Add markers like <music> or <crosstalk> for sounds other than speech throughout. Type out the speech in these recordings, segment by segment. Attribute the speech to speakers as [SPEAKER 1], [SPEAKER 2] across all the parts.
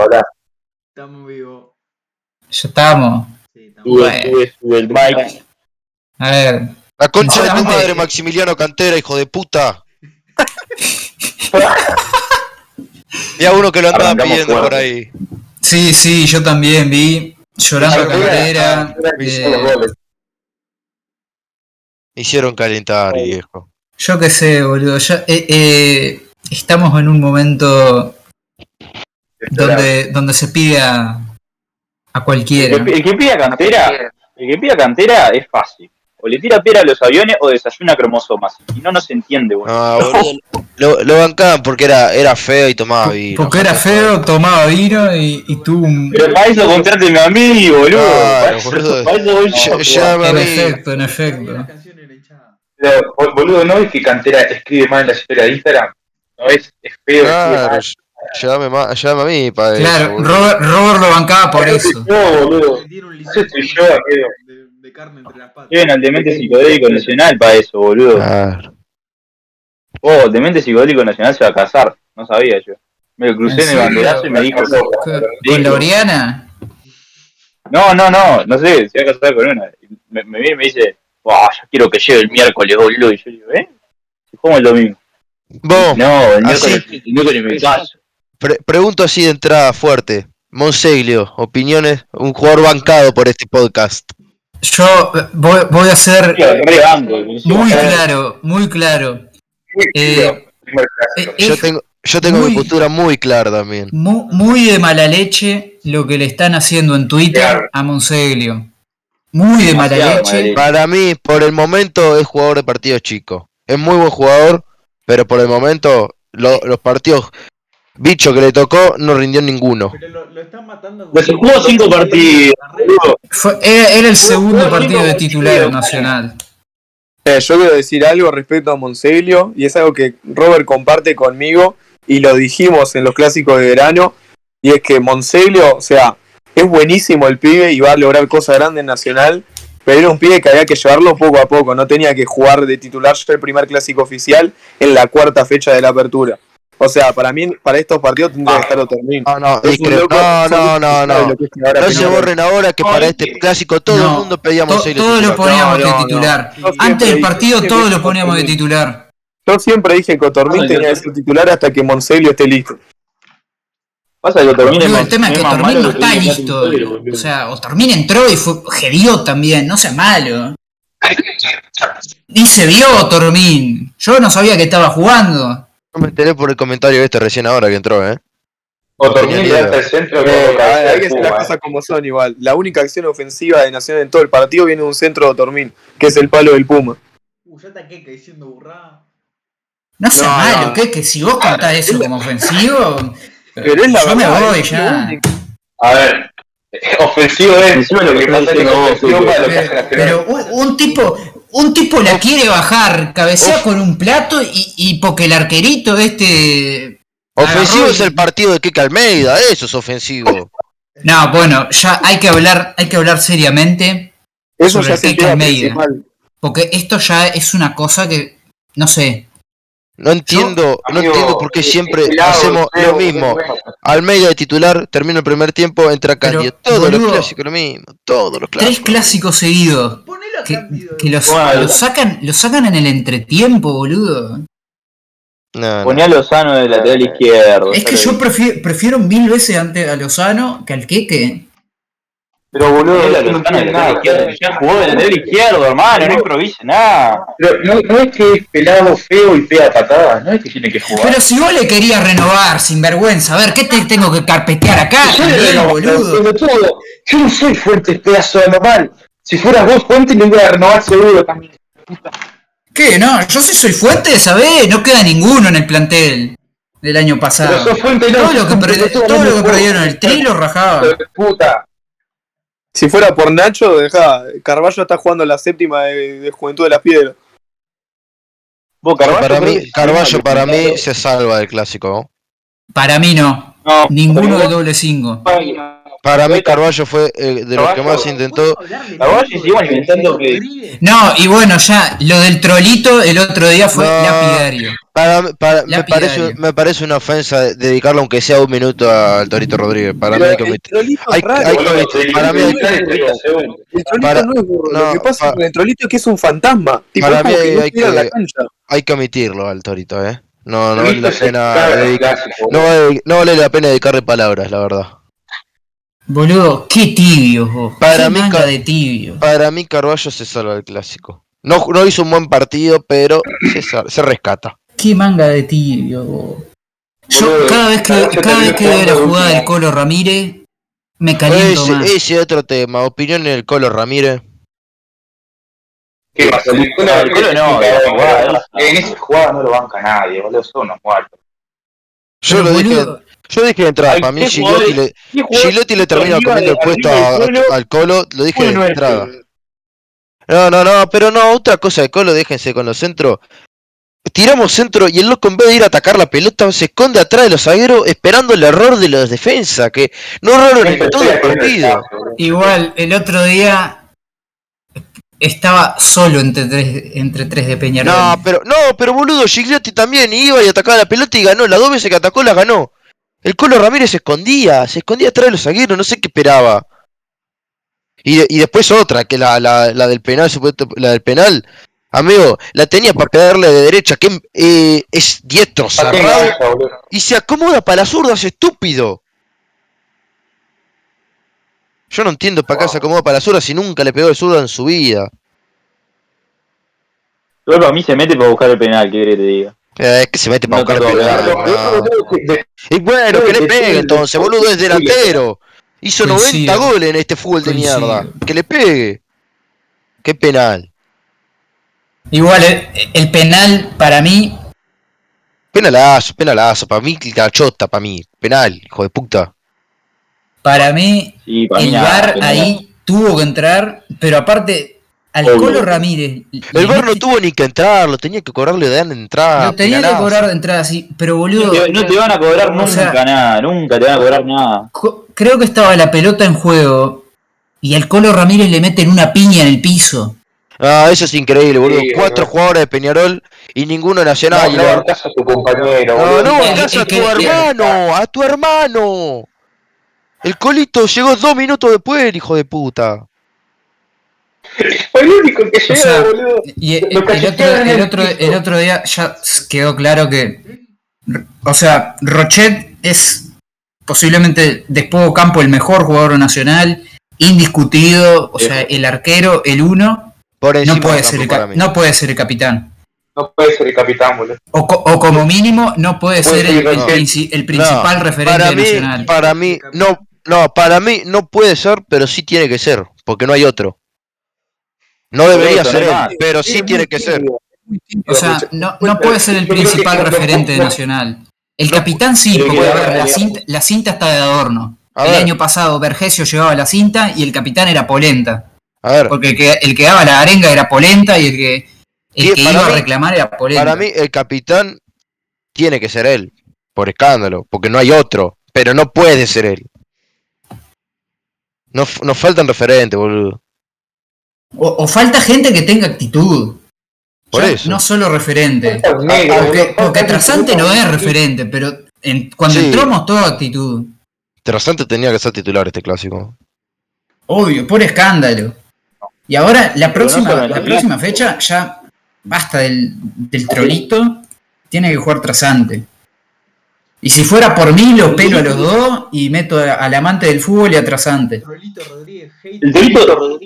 [SPEAKER 1] ahora.
[SPEAKER 2] Estamos vivos.
[SPEAKER 3] Ya estamos.
[SPEAKER 2] Sí, estamos.
[SPEAKER 1] Sube,
[SPEAKER 3] Bueno.
[SPEAKER 1] sube, sube el mic.
[SPEAKER 3] A ver.
[SPEAKER 4] La concha de tu
[SPEAKER 3] Sinceramente-
[SPEAKER 4] madre, Maximiliano Cantera, hijo
[SPEAKER 1] <laughs>
[SPEAKER 4] de puta. y a uno que lo andaba
[SPEAKER 1] Arrancamos
[SPEAKER 4] pidiendo
[SPEAKER 1] fuerte.
[SPEAKER 4] por ahí.
[SPEAKER 3] Sí, sí, yo también vi. Llorando
[SPEAKER 1] Argentina-
[SPEAKER 3] Cantera.
[SPEAKER 1] Argentina que hizo
[SPEAKER 3] eh,
[SPEAKER 1] los goles.
[SPEAKER 4] Me hicieron calentar,
[SPEAKER 1] Oh.
[SPEAKER 4] viejo.
[SPEAKER 3] Yo qué sé, boludo. ya- eh, eh, estamos en un momento donde, donde se pide a, a cualquiera.
[SPEAKER 1] El que, el que pida cantera, el que pida cantera es fácil. O le tira piedra a los aviones o desayuna cromosomas. Y no nos entiende, boludo.
[SPEAKER 4] No, Ah, boludo. Lo, lo bancaban porque era, era feo y tomaba vino.
[SPEAKER 3] Porque era feo, tomaba vino y, y tuvo un.
[SPEAKER 1] <laughs> Pero para eso contraten a mí, boludo.
[SPEAKER 4] Claro,
[SPEAKER 1] para,
[SPEAKER 4] boludo.
[SPEAKER 1] eso, para eso voy yo. boludo.
[SPEAKER 4] Ya- ya me
[SPEAKER 3] En
[SPEAKER 4] abrí.
[SPEAKER 3] efecto, en
[SPEAKER 2] Sabía
[SPEAKER 3] efecto.
[SPEAKER 2] las canciones la hinchada.
[SPEAKER 1] Pero, bol- boludo, ¿no es que Cantera escribe mal en la historia de Instagram? No es, es feo. escribe
[SPEAKER 4] Claro,
[SPEAKER 1] mal.
[SPEAKER 4] llame, ma- llame a mí, padre.
[SPEAKER 3] Claro, Robert, Robert lo bancaba por eso.
[SPEAKER 1] No, boludo.
[SPEAKER 2] Le dieron
[SPEAKER 1] Ese
[SPEAKER 2] licencia
[SPEAKER 1] soy yo, amigo.
[SPEAKER 2] de, de carne entre las patas.
[SPEAKER 1] Lleven al demente psicodélico nacional para eso, boludo.
[SPEAKER 3] Ah.
[SPEAKER 4] Claro.
[SPEAKER 1] Oh, demente psicodélico nacional se va a casar. No sabía yo. Me lo
[SPEAKER 3] ¿En
[SPEAKER 1] crucé en el
[SPEAKER 3] serio?
[SPEAKER 1] banderazo y me dijo,
[SPEAKER 3] ¿Con
[SPEAKER 1] Dijo,
[SPEAKER 3] con Laureana?
[SPEAKER 1] no, no, no, no sé, se va a casar con una. Y Me, me viene y me dice, oh, yo quiero que llegue el miércoles, boludo. Y yo digo, ¿eh? ¿Cómo el domingo?
[SPEAKER 4] Vos,
[SPEAKER 1] No,
[SPEAKER 3] Ah,
[SPEAKER 1] el
[SPEAKER 4] así-
[SPEAKER 1] miércoles, el miércoles me caso.
[SPEAKER 4] pre- pregunto así de entrada fuerte. Monseglio, opiniones, un jugador bancado por este podcast.
[SPEAKER 3] Yo eh, voy, voy a ser
[SPEAKER 1] Tío, re banco, "Ah, encima.
[SPEAKER 3] muy claro, muy claro.
[SPEAKER 1] Muy
[SPEAKER 3] Eh,
[SPEAKER 1] tío, primer clásico.
[SPEAKER 3] Eh,
[SPEAKER 4] Yo
[SPEAKER 3] es
[SPEAKER 4] tengo, yo tengo mi
[SPEAKER 3] muy-
[SPEAKER 4] postura muy clara también.
[SPEAKER 3] mu- muy de mala leche lo que le están haciendo en Twitter
[SPEAKER 1] Claro.
[SPEAKER 3] a Monseglio. Muy de mala
[SPEAKER 1] Demasiado mala
[SPEAKER 3] leche.
[SPEAKER 1] leche.
[SPEAKER 4] Para mí, por el momento, es jugador de partido chico. Es muy buen jugador, pero por el momento, lo- los partidos bicho que le tocó no rindió ninguno.
[SPEAKER 2] Pero lo, lo están matando.
[SPEAKER 1] Pues se jugó cinco partidos, boludo.
[SPEAKER 3] Fue- era, era el segundo
[SPEAKER 1] Jugó
[SPEAKER 3] partido de
[SPEAKER 1] cinco
[SPEAKER 3] titular
[SPEAKER 1] partidos,
[SPEAKER 3] nacional.
[SPEAKER 5] Eh, yo quiero decir algo respecto a Monseglio y es algo que Robert comparte conmigo y lo dijimos en los clásicos de verano y es que Monseglio, o sea, es buenísimo el pibe y va a lograr cosas grandes en Nacional, pero era un pibe que había que llevarlo poco a poco, no tenía que jugar de titular ya el primer clásico oficial en la cuarta fecha de la apertura. O sea, para mí, para estos partidos tendría que estar lo termino.
[SPEAKER 4] Ah, no,
[SPEAKER 5] Es un
[SPEAKER 4] discrepo.
[SPEAKER 5] loco-
[SPEAKER 4] no, no, no,
[SPEAKER 5] sabe
[SPEAKER 4] no.
[SPEAKER 5] lo que es que ahora
[SPEAKER 4] No se
[SPEAKER 5] tenga-
[SPEAKER 4] borren ahora que para
[SPEAKER 1] Ay,
[SPEAKER 4] este
[SPEAKER 1] que-
[SPEAKER 4] clásico todo
[SPEAKER 3] No,
[SPEAKER 4] el mundo pedía
[SPEAKER 3] To-
[SPEAKER 4] Monseglio
[SPEAKER 3] todos lo
[SPEAKER 4] titular.
[SPEAKER 3] poníamos
[SPEAKER 5] No,
[SPEAKER 3] de
[SPEAKER 5] no,
[SPEAKER 3] titular.
[SPEAKER 5] no.
[SPEAKER 3] Antes del
[SPEAKER 5] Siempre
[SPEAKER 3] partido
[SPEAKER 5] dije-
[SPEAKER 3] todos lo poníamos de titular.
[SPEAKER 5] Yo siempre dije que Cotormín
[SPEAKER 1] Ay,
[SPEAKER 5] tenía que
[SPEAKER 1] Dios.
[SPEAKER 5] ser titular hasta que Monseglio esté listo.
[SPEAKER 1] Pasa que Otormina
[SPEAKER 3] Digo,
[SPEAKER 1] más-
[SPEAKER 3] el tema es que
[SPEAKER 1] más
[SPEAKER 3] Otormin no
[SPEAKER 1] malo que
[SPEAKER 3] está
[SPEAKER 1] Otormina
[SPEAKER 3] listo.
[SPEAKER 1] Quintero, boludo.
[SPEAKER 3] O sea, Otormin entró y fue gedió también, no sea malo. Y se vio Otormin. Yo no sabía que estaba jugando.
[SPEAKER 4] Yo me enteré por el comentario este recién ahora que entró, ¿eh?
[SPEAKER 1] Otormina
[SPEAKER 4] Tenía
[SPEAKER 1] le da hasta
[SPEAKER 4] idea.
[SPEAKER 1] el centro
[SPEAKER 5] Eh,
[SPEAKER 1] como
[SPEAKER 5] a ver,
[SPEAKER 1] cabeza
[SPEAKER 5] hay
[SPEAKER 1] de
[SPEAKER 5] que decir las
[SPEAKER 1] Cuba.
[SPEAKER 5] cosas como son igual. La única acción ofensiva de Nacional en todo el partido viene de un centro de Tormín, que es el palo del Puma.
[SPEAKER 4] Eh,
[SPEAKER 2] Uh, ya está Keke diciendo burrada.
[SPEAKER 3] No sea
[SPEAKER 5] No,
[SPEAKER 3] malo,
[SPEAKER 5] no.
[SPEAKER 3] que, que si vos contás eso como ofensivo,
[SPEAKER 5] Pero es la
[SPEAKER 3] yo me
[SPEAKER 5] verdad,
[SPEAKER 3] voy
[SPEAKER 5] es lo
[SPEAKER 3] ya.
[SPEAKER 5] único.
[SPEAKER 1] A ver, eh, ofensivo es ofensivo lo que pasa es que no ofensivo para lo que hace
[SPEAKER 3] Pero,
[SPEAKER 1] la
[SPEAKER 3] pero un, un tipo, un tipo la quiere bajar, cabecea con un plato y, y porque el arquerito este.
[SPEAKER 4] Ofensivo
[SPEAKER 3] Agarró y-
[SPEAKER 4] es el partido de Kike Almeida, eso es ofensivo.
[SPEAKER 3] No, bueno, ya hay que hablar, hay que hablar seriamente.
[SPEAKER 5] Eso
[SPEAKER 3] Sobre
[SPEAKER 5] ya
[SPEAKER 3] el
[SPEAKER 5] se
[SPEAKER 3] Keke
[SPEAKER 5] queda
[SPEAKER 3] Almeida.
[SPEAKER 5] principal.
[SPEAKER 3] Porque esto ya es una cosa que, no sé,
[SPEAKER 4] No entiendo, no
[SPEAKER 1] Amigo,
[SPEAKER 4] entiendo por qué siempre
[SPEAKER 5] este
[SPEAKER 1] pelado,
[SPEAKER 4] hacemos
[SPEAKER 1] feo,
[SPEAKER 4] lo mismo.
[SPEAKER 1] feo.
[SPEAKER 4] Almeida de titular, termina el primer tiempo, entra
[SPEAKER 3] Pero,
[SPEAKER 4] Candia. Todos los
[SPEAKER 3] boludo,
[SPEAKER 4] clásicos lo mismo, todos los
[SPEAKER 3] tres
[SPEAKER 4] clásicos.
[SPEAKER 3] clásicos seguidos
[SPEAKER 2] Ponelo a
[SPEAKER 3] que,
[SPEAKER 2] Cándido.
[SPEAKER 3] que los,
[SPEAKER 1] Bueno.
[SPEAKER 3] los sacan, los sacan en el entretiempo, boludo.
[SPEAKER 4] No, no.
[SPEAKER 1] Ponía a Lozano de lateral izquierdo.
[SPEAKER 3] Es que
[SPEAKER 1] ¿sabes?
[SPEAKER 3] yo prefiero, prefiero mil veces antes a Lozano que al Queque.
[SPEAKER 1] Pero boludo,
[SPEAKER 6] Ponía a
[SPEAKER 1] no
[SPEAKER 6] Lozano de
[SPEAKER 1] tiene
[SPEAKER 6] lateral
[SPEAKER 1] nada.
[SPEAKER 6] izquierdo.
[SPEAKER 1] Ya jugó de lateral izquierdo, hermano, no improvise nada. Pero no, no es que es pelado feo y pega patadas, no es que tiene que jugar.
[SPEAKER 3] Pero si vos le querías renovar, sin vergüenza, a ver, ¿qué te tengo que carpetear acá?
[SPEAKER 6] Yo le
[SPEAKER 3] también,
[SPEAKER 6] renovo,
[SPEAKER 3] boludo.
[SPEAKER 6] pero todo. Yo no soy Fuentes, pedazo de normal. Si fueras vos Fuentes, le iba a renovar seguro
[SPEAKER 3] Ah.
[SPEAKER 6] también.
[SPEAKER 3] ¿Qué? No, yo sí soy fuerte, ¿sabés? No queda ninguno en el plantel del año
[SPEAKER 6] Pero
[SPEAKER 3] pasado.
[SPEAKER 6] sos Fuentes, no.
[SPEAKER 3] Todo lo
[SPEAKER 6] sos
[SPEAKER 3] que,
[SPEAKER 6] un
[SPEAKER 3] perdi-
[SPEAKER 6] pelotudo,
[SPEAKER 3] todo
[SPEAKER 6] no
[SPEAKER 3] lo que
[SPEAKER 6] juego.
[SPEAKER 3] perdieron el tri lo rajaba.
[SPEAKER 6] Hijo de Puta.
[SPEAKER 5] Si fuera por Nacho, deja. Carballo está jugando la séptima de, de Juventud de las Piedras.
[SPEAKER 1] Vos,
[SPEAKER 4] para
[SPEAKER 1] creo
[SPEAKER 4] mí,
[SPEAKER 1] que-
[SPEAKER 4] Carballo para mí se salva del clásico. ¿no?
[SPEAKER 3] Para mí no.
[SPEAKER 1] No,
[SPEAKER 3] Ninguno de doble 5.
[SPEAKER 4] Para mí Carballo fue eh, de los que
[SPEAKER 1] Carballo.
[SPEAKER 4] más intentó.
[SPEAKER 1] La voz se sigue alimentando que-
[SPEAKER 3] No, y bueno, ya, lo del trolito el otro día fue
[SPEAKER 4] No.
[SPEAKER 3] lapidario.
[SPEAKER 4] Para, para- me,
[SPEAKER 3] Lapidario.
[SPEAKER 4] parece, me parece una ofensa de- dedicarle aunque sea un minuto al Torito Rodríguez. Para mí hay que
[SPEAKER 5] el
[SPEAKER 4] omitir-
[SPEAKER 5] trolito es
[SPEAKER 4] hay-
[SPEAKER 5] raro.
[SPEAKER 4] hay-
[SPEAKER 1] Boludo,
[SPEAKER 4] que- para mí hay que-
[SPEAKER 5] el trolito
[SPEAKER 4] para-
[SPEAKER 5] no es burro.
[SPEAKER 4] no,
[SPEAKER 5] lo que pasa
[SPEAKER 4] para-
[SPEAKER 5] con el trolito es que es un fantasma. Tipo,
[SPEAKER 4] para
[SPEAKER 5] es como
[SPEAKER 4] mí
[SPEAKER 5] que no
[SPEAKER 4] hay
[SPEAKER 5] estuviera en
[SPEAKER 4] que-
[SPEAKER 5] la cancha.
[SPEAKER 4] hay que omitirlo al Torito, ¿eh? No, no vale
[SPEAKER 6] Trolito
[SPEAKER 4] la
[SPEAKER 6] es el
[SPEAKER 4] pena
[SPEAKER 6] cara del
[SPEAKER 4] dedicar-
[SPEAKER 6] clásico,
[SPEAKER 4] no
[SPEAKER 6] boludo.
[SPEAKER 4] vale- no vale la pena dedicarle palabras, la verdad.
[SPEAKER 3] Boludo, qué tibios vos.
[SPEAKER 4] Para
[SPEAKER 3] qué
[SPEAKER 4] mí
[SPEAKER 3] manga
[SPEAKER 4] ca-
[SPEAKER 3] de tibio.
[SPEAKER 4] Para mí Carballo se salva del clásico. No, no hizo un buen partido, pero se, sal- se rescata.
[SPEAKER 3] Qué manga de tibio vos. Yo
[SPEAKER 6] Boludo,
[SPEAKER 3] cada vez
[SPEAKER 6] cada
[SPEAKER 3] que,
[SPEAKER 6] vez que
[SPEAKER 3] cada vez
[SPEAKER 6] termina
[SPEAKER 3] que veo la
[SPEAKER 6] jugando,
[SPEAKER 3] jugada del
[SPEAKER 6] último.
[SPEAKER 3] Colo Ramírez, me caliento más.
[SPEAKER 4] Ese, ese otro tema, opinión en el Colo Ramírez.
[SPEAKER 6] ¿Qué pasa? El Colo
[SPEAKER 1] No, el
[SPEAKER 6] Ramírez
[SPEAKER 1] Colo
[SPEAKER 6] es
[SPEAKER 1] no,
[SPEAKER 6] un cagado,
[SPEAKER 1] la jugada,
[SPEAKER 6] boludo.
[SPEAKER 1] la-
[SPEAKER 6] En esa jugada no lo banca nadie, boludo, son unos muertos.
[SPEAKER 4] Yo
[SPEAKER 3] Pero,
[SPEAKER 4] lo dije,
[SPEAKER 3] boludo,
[SPEAKER 4] yo dije entrada,
[SPEAKER 1] Ay,
[SPEAKER 4] para mí
[SPEAKER 1] qué
[SPEAKER 4] Gilotti
[SPEAKER 1] jugadores-
[SPEAKER 4] le, Gilotti le termina
[SPEAKER 1] arriba
[SPEAKER 4] comiendo
[SPEAKER 1] de-
[SPEAKER 4] el puesto
[SPEAKER 1] arriba
[SPEAKER 4] a-
[SPEAKER 1] del Colo.
[SPEAKER 4] al Colo, lo dije
[SPEAKER 1] Bueno,
[SPEAKER 4] de
[SPEAKER 1] este,
[SPEAKER 4] entrada. No, no, no, pero no, otra cosa de Colo, déjense con los centros. Tiramos centro y el loco en vez de ir a atacar la pelota se esconde atrás de los zagueros esperando el error de los defensa, que no erraron en
[SPEAKER 6] Siempre
[SPEAKER 4] todo
[SPEAKER 6] sea
[SPEAKER 4] el
[SPEAKER 6] con el
[SPEAKER 4] partido.
[SPEAKER 6] clásico, boludo.
[SPEAKER 3] igual, el otro día estaba solo entre tres, entre tres de Peñarol.
[SPEAKER 4] No, pero, no, pero boludo, Gigliotti también iba y atacaba la pelota y ganó. Las dos veces que atacó las ganó. El Colo Ramírez se escondía, se escondía atrás de los zagueros, no sé qué esperaba. Y, de- y después otra, que la, la, la del penal, supuesto, la del penal, amigo, la tenía para pegarle de derecha, que eh, es diestro,
[SPEAKER 6] ¿Para qué
[SPEAKER 4] cerrado,
[SPEAKER 6] engancha, boludo?
[SPEAKER 4] y se acomoda para las zurdas, estúpido. Yo no entiendo para qué se acomoda para las zurdas si nunca le pegó de zurda en su vida.
[SPEAKER 1] Igual para mí se mete para buscar el penal, que te diga.
[SPEAKER 4] Eh, es que se mete para
[SPEAKER 1] No te
[SPEAKER 4] buscar
[SPEAKER 1] puedo
[SPEAKER 4] penal,
[SPEAKER 1] creer.
[SPEAKER 4] no.
[SPEAKER 6] Yo creo que- de-
[SPEAKER 4] Y bueno,
[SPEAKER 6] No,
[SPEAKER 4] que le
[SPEAKER 6] que
[SPEAKER 4] pegue
[SPEAKER 6] sí,
[SPEAKER 4] entonces,
[SPEAKER 6] no,
[SPEAKER 4] boludo, es
[SPEAKER 6] sí,
[SPEAKER 4] delantero. Hizo
[SPEAKER 3] Coincido.
[SPEAKER 4] 90 goles en este fútbol de
[SPEAKER 3] Coincido.
[SPEAKER 4] mierda. Que le pegue. Qué penal.
[SPEAKER 3] Igual, el, el penal para mí,
[SPEAKER 4] Penalazo, penalazo. Para mí, cachota, para mí. Penal, hijo de puta.
[SPEAKER 3] para mí,
[SPEAKER 1] Sí, para
[SPEAKER 3] el
[SPEAKER 1] mí nada,
[SPEAKER 3] VAR
[SPEAKER 1] penal.
[SPEAKER 3] ahí tuvo que entrar, pero aparte, al
[SPEAKER 1] Obvio.
[SPEAKER 3] Colo Ramírez. le
[SPEAKER 4] El bar no
[SPEAKER 3] mete-
[SPEAKER 4] tuvo ni que entrar, lo tenía que cobrarle de entrada.
[SPEAKER 3] Lo tenía que
[SPEAKER 4] penalazo.
[SPEAKER 3] cobrar de entrada así, pero boludo.
[SPEAKER 1] No te, no te van a cobrar
[SPEAKER 3] O
[SPEAKER 1] nunca
[SPEAKER 3] sea-
[SPEAKER 1] nada, nunca te van a cobrar nada.
[SPEAKER 3] co- Creo que estaba la pelota en juego y al Colo Ramírez le meten una piña en el piso.
[SPEAKER 4] Ah, eso es increíble, boludo.
[SPEAKER 6] Sí,
[SPEAKER 4] Cuatro
[SPEAKER 6] boludo.
[SPEAKER 4] jugadores de Peñarol y ninguno nacional.
[SPEAKER 6] No,
[SPEAKER 4] Y
[SPEAKER 6] no
[SPEAKER 4] la-
[SPEAKER 6] bancás a tu compañero,
[SPEAKER 4] No,
[SPEAKER 6] boludo.
[SPEAKER 4] no,
[SPEAKER 3] El-
[SPEAKER 4] bancás
[SPEAKER 3] el
[SPEAKER 4] a tu
[SPEAKER 3] que-
[SPEAKER 4] hermano, a tu hermano. El colito llegó dos minutos después, el hijo de puta.
[SPEAKER 6] Fue el único que
[SPEAKER 3] O sea,
[SPEAKER 6] llegó, boludo.
[SPEAKER 3] Y e, el,
[SPEAKER 6] Lo
[SPEAKER 3] el otro,
[SPEAKER 6] cachetearon en
[SPEAKER 3] el
[SPEAKER 6] el
[SPEAKER 3] otro-
[SPEAKER 6] piso.
[SPEAKER 3] el otro día ya quedó claro que. O sea, Rochet es posiblemente después de Campo el mejor jugador nacional, indiscutido, o sea, el arquero, el uno,
[SPEAKER 4] Por encima
[SPEAKER 3] no puede,
[SPEAKER 4] de
[SPEAKER 3] ser
[SPEAKER 4] campo
[SPEAKER 3] el,
[SPEAKER 4] para
[SPEAKER 3] cap-
[SPEAKER 4] mí.
[SPEAKER 3] no puede ser el capitán.
[SPEAKER 6] No puede ser el capitán, boludo.
[SPEAKER 3] O, co- o como mínimo, no puede
[SPEAKER 6] Puede
[SPEAKER 3] ser
[SPEAKER 6] ser
[SPEAKER 3] el, el
[SPEAKER 6] Rochet.
[SPEAKER 3] princi- el principal referente
[SPEAKER 4] para
[SPEAKER 3] de
[SPEAKER 4] mí,
[SPEAKER 3] nacional.
[SPEAKER 4] Para mí, no, no, para mí no puede ser, pero sí tiene que ser, porque no hay otro. No debería
[SPEAKER 1] eso,
[SPEAKER 4] ser
[SPEAKER 1] no
[SPEAKER 4] él,
[SPEAKER 1] hay más.
[SPEAKER 4] pero sí tiene que ser.
[SPEAKER 3] O sea, no, no puede ser el
[SPEAKER 6] Yo creo que
[SPEAKER 3] principal
[SPEAKER 6] cuando-
[SPEAKER 3] referente de Nacional. El capitán sí,
[SPEAKER 1] Creo que
[SPEAKER 3] porque a ver,
[SPEAKER 1] ahora-
[SPEAKER 3] la cinta, la cinta está de adorno.
[SPEAKER 4] A
[SPEAKER 3] el
[SPEAKER 4] ver.
[SPEAKER 3] año pasado Vergesio llevaba la cinta y el capitán era Polenta.
[SPEAKER 4] A ver,
[SPEAKER 3] Porque el que, el que daba la arenga era Polenta y el que, el
[SPEAKER 4] Sí,
[SPEAKER 3] que
[SPEAKER 4] para
[SPEAKER 3] iba a
[SPEAKER 4] mí-
[SPEAKER 3] reclamar era Polenta.
[SPEAKER 4] para mí el capitán tiene que ser él, por escándalo, porque no hay otro, pero no puede ser él. No f- Nos, faltan referentes, boludo.
[SPEAKER 3] o, o falta gente que tenga actitud.
[SPEAKER 4] Por
[SPEAKER 3] Ya
[SPEAKER 4] eso.
[SPEAKER 3] No solo referente.
[SPEAKER 6] Este Negro,
[SPEAKER 3] Porque,
[SPEAKER 6] boludo.
[SPEAKER 3] porque Trasante no es referente, pero en- cuando
[SPEAKER 4] Sí.
[SPEAKER 3] entramos toda actitud.
[SPEAKER 4] Trasante tenía que ser titular este clásico.
[SPEAKER 3] Obvio, por escándalo. Y ahora, la
[SPEAKER 1] Pero no
[SPEAKER 3] próxima,
[SPEAKER 1] solo en
[SPEAKER 3] la
[SPEAKER 1] la
[SPEAKER 3] próxima fecha, ya basta del, del trolito. Tiene que jugar trasante. Y si fuera por mí, los pelo a los dos y meto a- al amante del fútbol y a trasante.
[SPEAKER 2] Rolito Rodríguez, hate.
[SPEAKER 1] El Torito,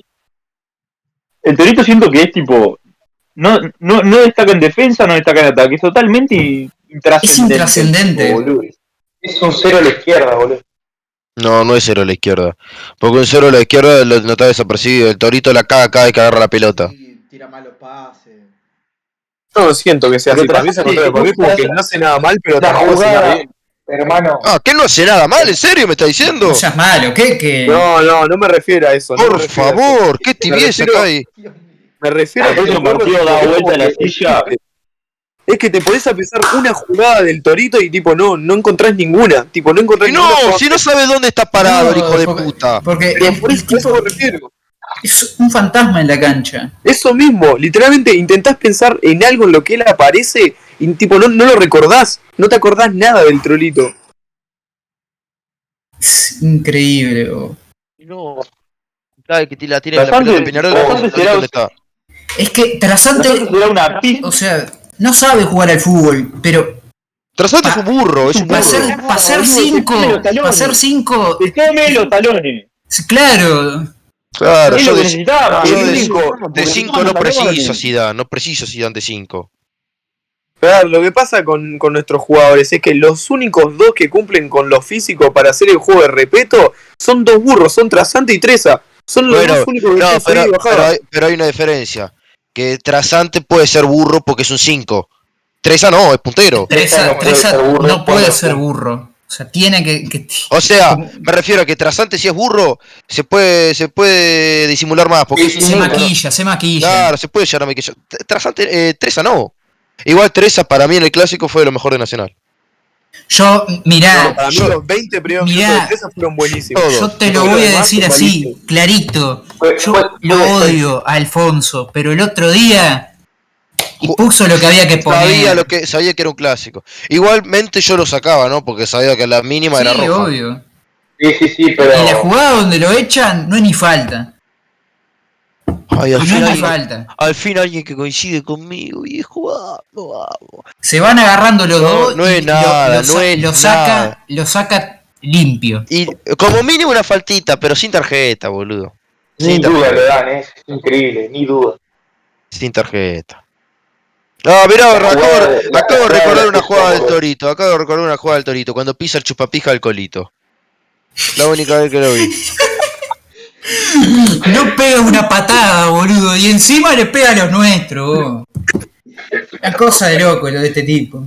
[SPEAKER 1] el Torito siento que es tipo. No, no, no destaca en defensa, no destaca en ataque. Es totalmente in-
[SPEAKER 3] Es
[SPEAKER 1] intrascendente.
[SPEAKER 3] intrascendente.
[SPEAKER 6] Boludo. Es un cero a la izquierda, boludo.
[SPEAKER 4] No, no es cero a la izquierda. Porque un cero a la izquierda lo, no está desapercibido. El torito la caga cada vez que agarra la pelota.
[SPEAKER 2] Y tira malos pases.
[SPEAKER 5] Yo no siento que sea así.
[SPEAKER 1] Pero
[SPEAKER 5] Para mí es al
[SPEAKER 1] sí,
[SPEAKER 5] contrario. Para mí como que no hace nada mal, pero
[SPEAKER 6] La
[SPEAKER 5] tampoco hace nada
[SPEAKER 6] jugada,
[SPEAKER 5] bien.
[SPEAKER 6] hermano.
[SPEAKER 4] Ah, que no hace nada mal, ¿en serio me está
[SPEAKER 3] No
[SPEAKER 4] diciendo?
[SPEAKER 3] seas malo, ¿qué? Que
[SPEAKER 5] No, no, no me refiero a eso. no me
[SPEAKER 4] Por
[SPEAKER 5] refiero a eso.
[SPEAKER 4] favor, qué
[SPEAKER 5] Me
[SPEAKER 4] tibieza
[SPEAKER 5] refiero-
[SPEAKER 4] que hay.
[SPEAKER 2] Dios mío.
[SPEAKER 5] Me refiero a
[SPEAKER 1] El
[SPEAKER 5] que
[SPEAKER 1] próximo partido da vuelta a la silla.
[SPEAKER 5] es que te podés a pensar una jugada del Torito y tipo, no, no encontrás ninguna. Tipo, no encontrás
[SPEAKER 4] Y
[SPEAKER 5] ninguna.
[SPEAKER 4] no,
[SPEAKER 5] jugada.
[SPEAKER 4] si no sabes dónde está parado el
[SPEAKER 3] No,
[SPEAKER 4] hijo de
[SPEAKER 3] porque-
[SPEAKER 4] puta.
[SPEAKER 3] Porque
[SPEAKER 5] Pero
[SPEAKER 3] el-
[SPEAKER 5] por eso, a eso me refiero.
[SPEAKER 3] es un fantasma en la cancha.
[SPEAKER 5] Eso mismo, literalmente intentás pensar en algo en lo que él aparece y tipo, no, no lo recordás. No te acordás nada del Trolito.
[SPEAKER 3] Es increíble. bro.
[SPEAKER 4] No. Claro, que te la tiene en la
[SPEAKER 6] Bastante-
[SPEAKER 4] pelota de Peñarol.
[SPEAKER 6] bastante
[SPEAKER 4] el Torito
[SPEAKER 6] tirado.
[SPEAKER 4] no está.
[SPEAKER 3] Es que Trasante,
[SPEAKER 6] Era una pista.
[SPEAKER 3] o sea, no sabe jugar al fútbol, pero
[SPEAKER 4] Trasante
[SPEAKER 3] Pa-
[SPEAKER 4] es un burro, es un
[SPEAKER 3] para
[SPEAKER 4] burro.
[SPEAKER 3] ser, pa' ser
[SPEAKER 6] boludo,
[SPEAKER 3] cinco,
[SPEAKER 6] te come los talones.
[SPEAKER 3] para ser cinco,
[SPEAKER 6] Te come los talones.
[SPEAKER 3] claro,
[SPEAKER 4] Claro,
[SPEAKER 6] Es
[SPEAKER 4] yo
[SPEAKER 6] lo
[SPEAKER 4] de,
[SPEAKER 6] que
[SPEAKER 1] Ah,
[SPEAKER 6] necesitaba.
[SPEAKER 4] yo
[SPEAKER 6] boludo.
[SPEAKER 4] de-
[SPEAKER 6] Porque
[SPEAKER 4] de
[SPEAKER 6] te
[SPEAKER 4] 5
[SPEAKER 6] come
[SPEAKER 4] no
[SPEAKER 6] los talones.
[SPEAKER 4] preciso Zidane, no preciso Zidane de 5.
[SPEAKER 5] Claro, lo que pasa con, con nuestros jugadores es que los únicos dos que cumplen con lo físico para hacer el juego de repeto son dos burros, son Trasante y Treza. Son los
[SPEAKER 4] Bueno,
[SPEAKER 5] dos únicos que
[SPEAKER 4] No,
[SPEAKER 5] pueden subir
[SPEAKER 4] pero,
[SPEAKER 5] y bajar.
[SPEAKER 4] pero hay, pero hay una diferencia. Que Trasante puede ser burro porque es un 5. Tresa no, es puntero.
[SPEAKER 6] Treza
[SPEAKER 3] Tresa,
[SPEAKER 6] no puede
[SPEAKER 3] Tresa
[SPEAKER 6] ser burro,
[SPEAKER 3] no puede
[SPEAKER 6] cuando-
[SPEAKER 3] ser burro. O sea, tiene que... que-
[SPEAKER 4] O sea, me refiero a que Trasante si es burro, se puede, se puede disimular más. Porque es un
[SPEAKER 3] se
[SPEAKER 4] burro.
[SPEAKER 3] maquilla, se maquilla.
[SPEAKER 4] Claro, se puede llegar a maquillar. T- Trasante, eh, Tresa no. Igual Tresa para mí en el clásico fue lo mejor de Nacional.
[SPEAKER 3] Yo,
[SPEAKER 5] No,
[SPEAKER 3] mirá,
[SPEAKER 5] para mí
[SPEAKER 4] yo-
[SPEAKER 5] los 20 primeros
[SPEAKER 3] Ah, Mirá.
[SPEAKER 5] minutos de Treza fueron buenísimos. Eh,
[SPEAKER 4] Todo.
[SPEAKER 3] yo te lo
[SPEAKER 5] Todo
[SPEAKER 3] voy
[SPEAKER 5] lo
[SPEAKER 3] a
[SPEAKER 5] demás
[SPEAKER 3] decir
[SPEAKER 5] es
[SPEAKER 3] así,
[SPEAKER 5] malísimo.
[SPEAKER 3] clarito.
[SPEAKER 6] Fue-
[SPEAKER 3] Yo
[SPEAKER 6] fue-
[SPEAKER 3] lo
[SPEAKER 6] fue-
[SPEAKER 3] odio a Alfonso, pero el otro día y
[SPEAKER 4] Ju-
[SPEAKER 3] puso lo que había que poner.
[SPEAKER 4] Sabía, lo que, sabía que era un clásico. Igualmente yo lo sacaba, ¿no? Porque sabía que la mínima
[SPEAKER 3] Sí,
[SPEAKER 4] era roja.
[SPEAKER 3] obvio.
[SPEAKER 6] Sí, sí, sí,
[SPEAKER 3] Y la
[SPEAKER 6] pero.
[SPEAKER 3] jugada donde lo echan no es ni falta.
[SPEAKER 4] Ay,
[SPEAKER 3] No
[SPEAKER 4] al,
[SPEAKER 3] es
[SPEAKER 4] fin
[SPEAKER 3] ni
[SPEAKER 4] alguien,
[SPEAKER 3] falta.
[SPEAKER 4] al fin alguien que coincide conmigo, viejo. Vamos, vamos.
[SPEAKER 3] Se van agarrando los
[SPEAKER 4] No,
[SPEAKER 3] dos.
[SPEAKER 4] no
[SPEAKER 3] y
[SPEAKER 4] es nada,
[SPEAKER 3] sa-
[SPEAKER 4] no es
[SPEAKER 3] lo saca,
[SPEAKER 4] nada.
[SPEAKER 3] Lo saca limpio.
[SPEAKER 4] Y eh, como mínimo una faltita, pero sin tarjeta, boludo.
[SPEAKER 6] Ni
[SPEAKER 4] Sin
[SPEAKER 6] duda le
[SPEAKER 4] tarjeta.
[SPEAKER 6] dan, eh, es increíble, ni duda.
[SPEAKER 4] Sin tarjeta. Ah, mirá,
[SPEAKER 6] La
[SPEAKER 4] acabo,
[SPEAKER 6] jugada de- la
[SPEAKER 4] acabo de
[SPEAKER 6] jugada
[SPEAKER 4] recordar
[SPEAKER 6] de-
[SPEAKER 4] una jugada del Torito. Acabo de recordar una jugada del Torito. Cuando pisa el chupapija al colito. La única vez que lo vi.
[SPEAKER 3] No pega una patada, boludo. Y encima le pega a los nuestros, vos. Una cosa de loco lo de este tipo.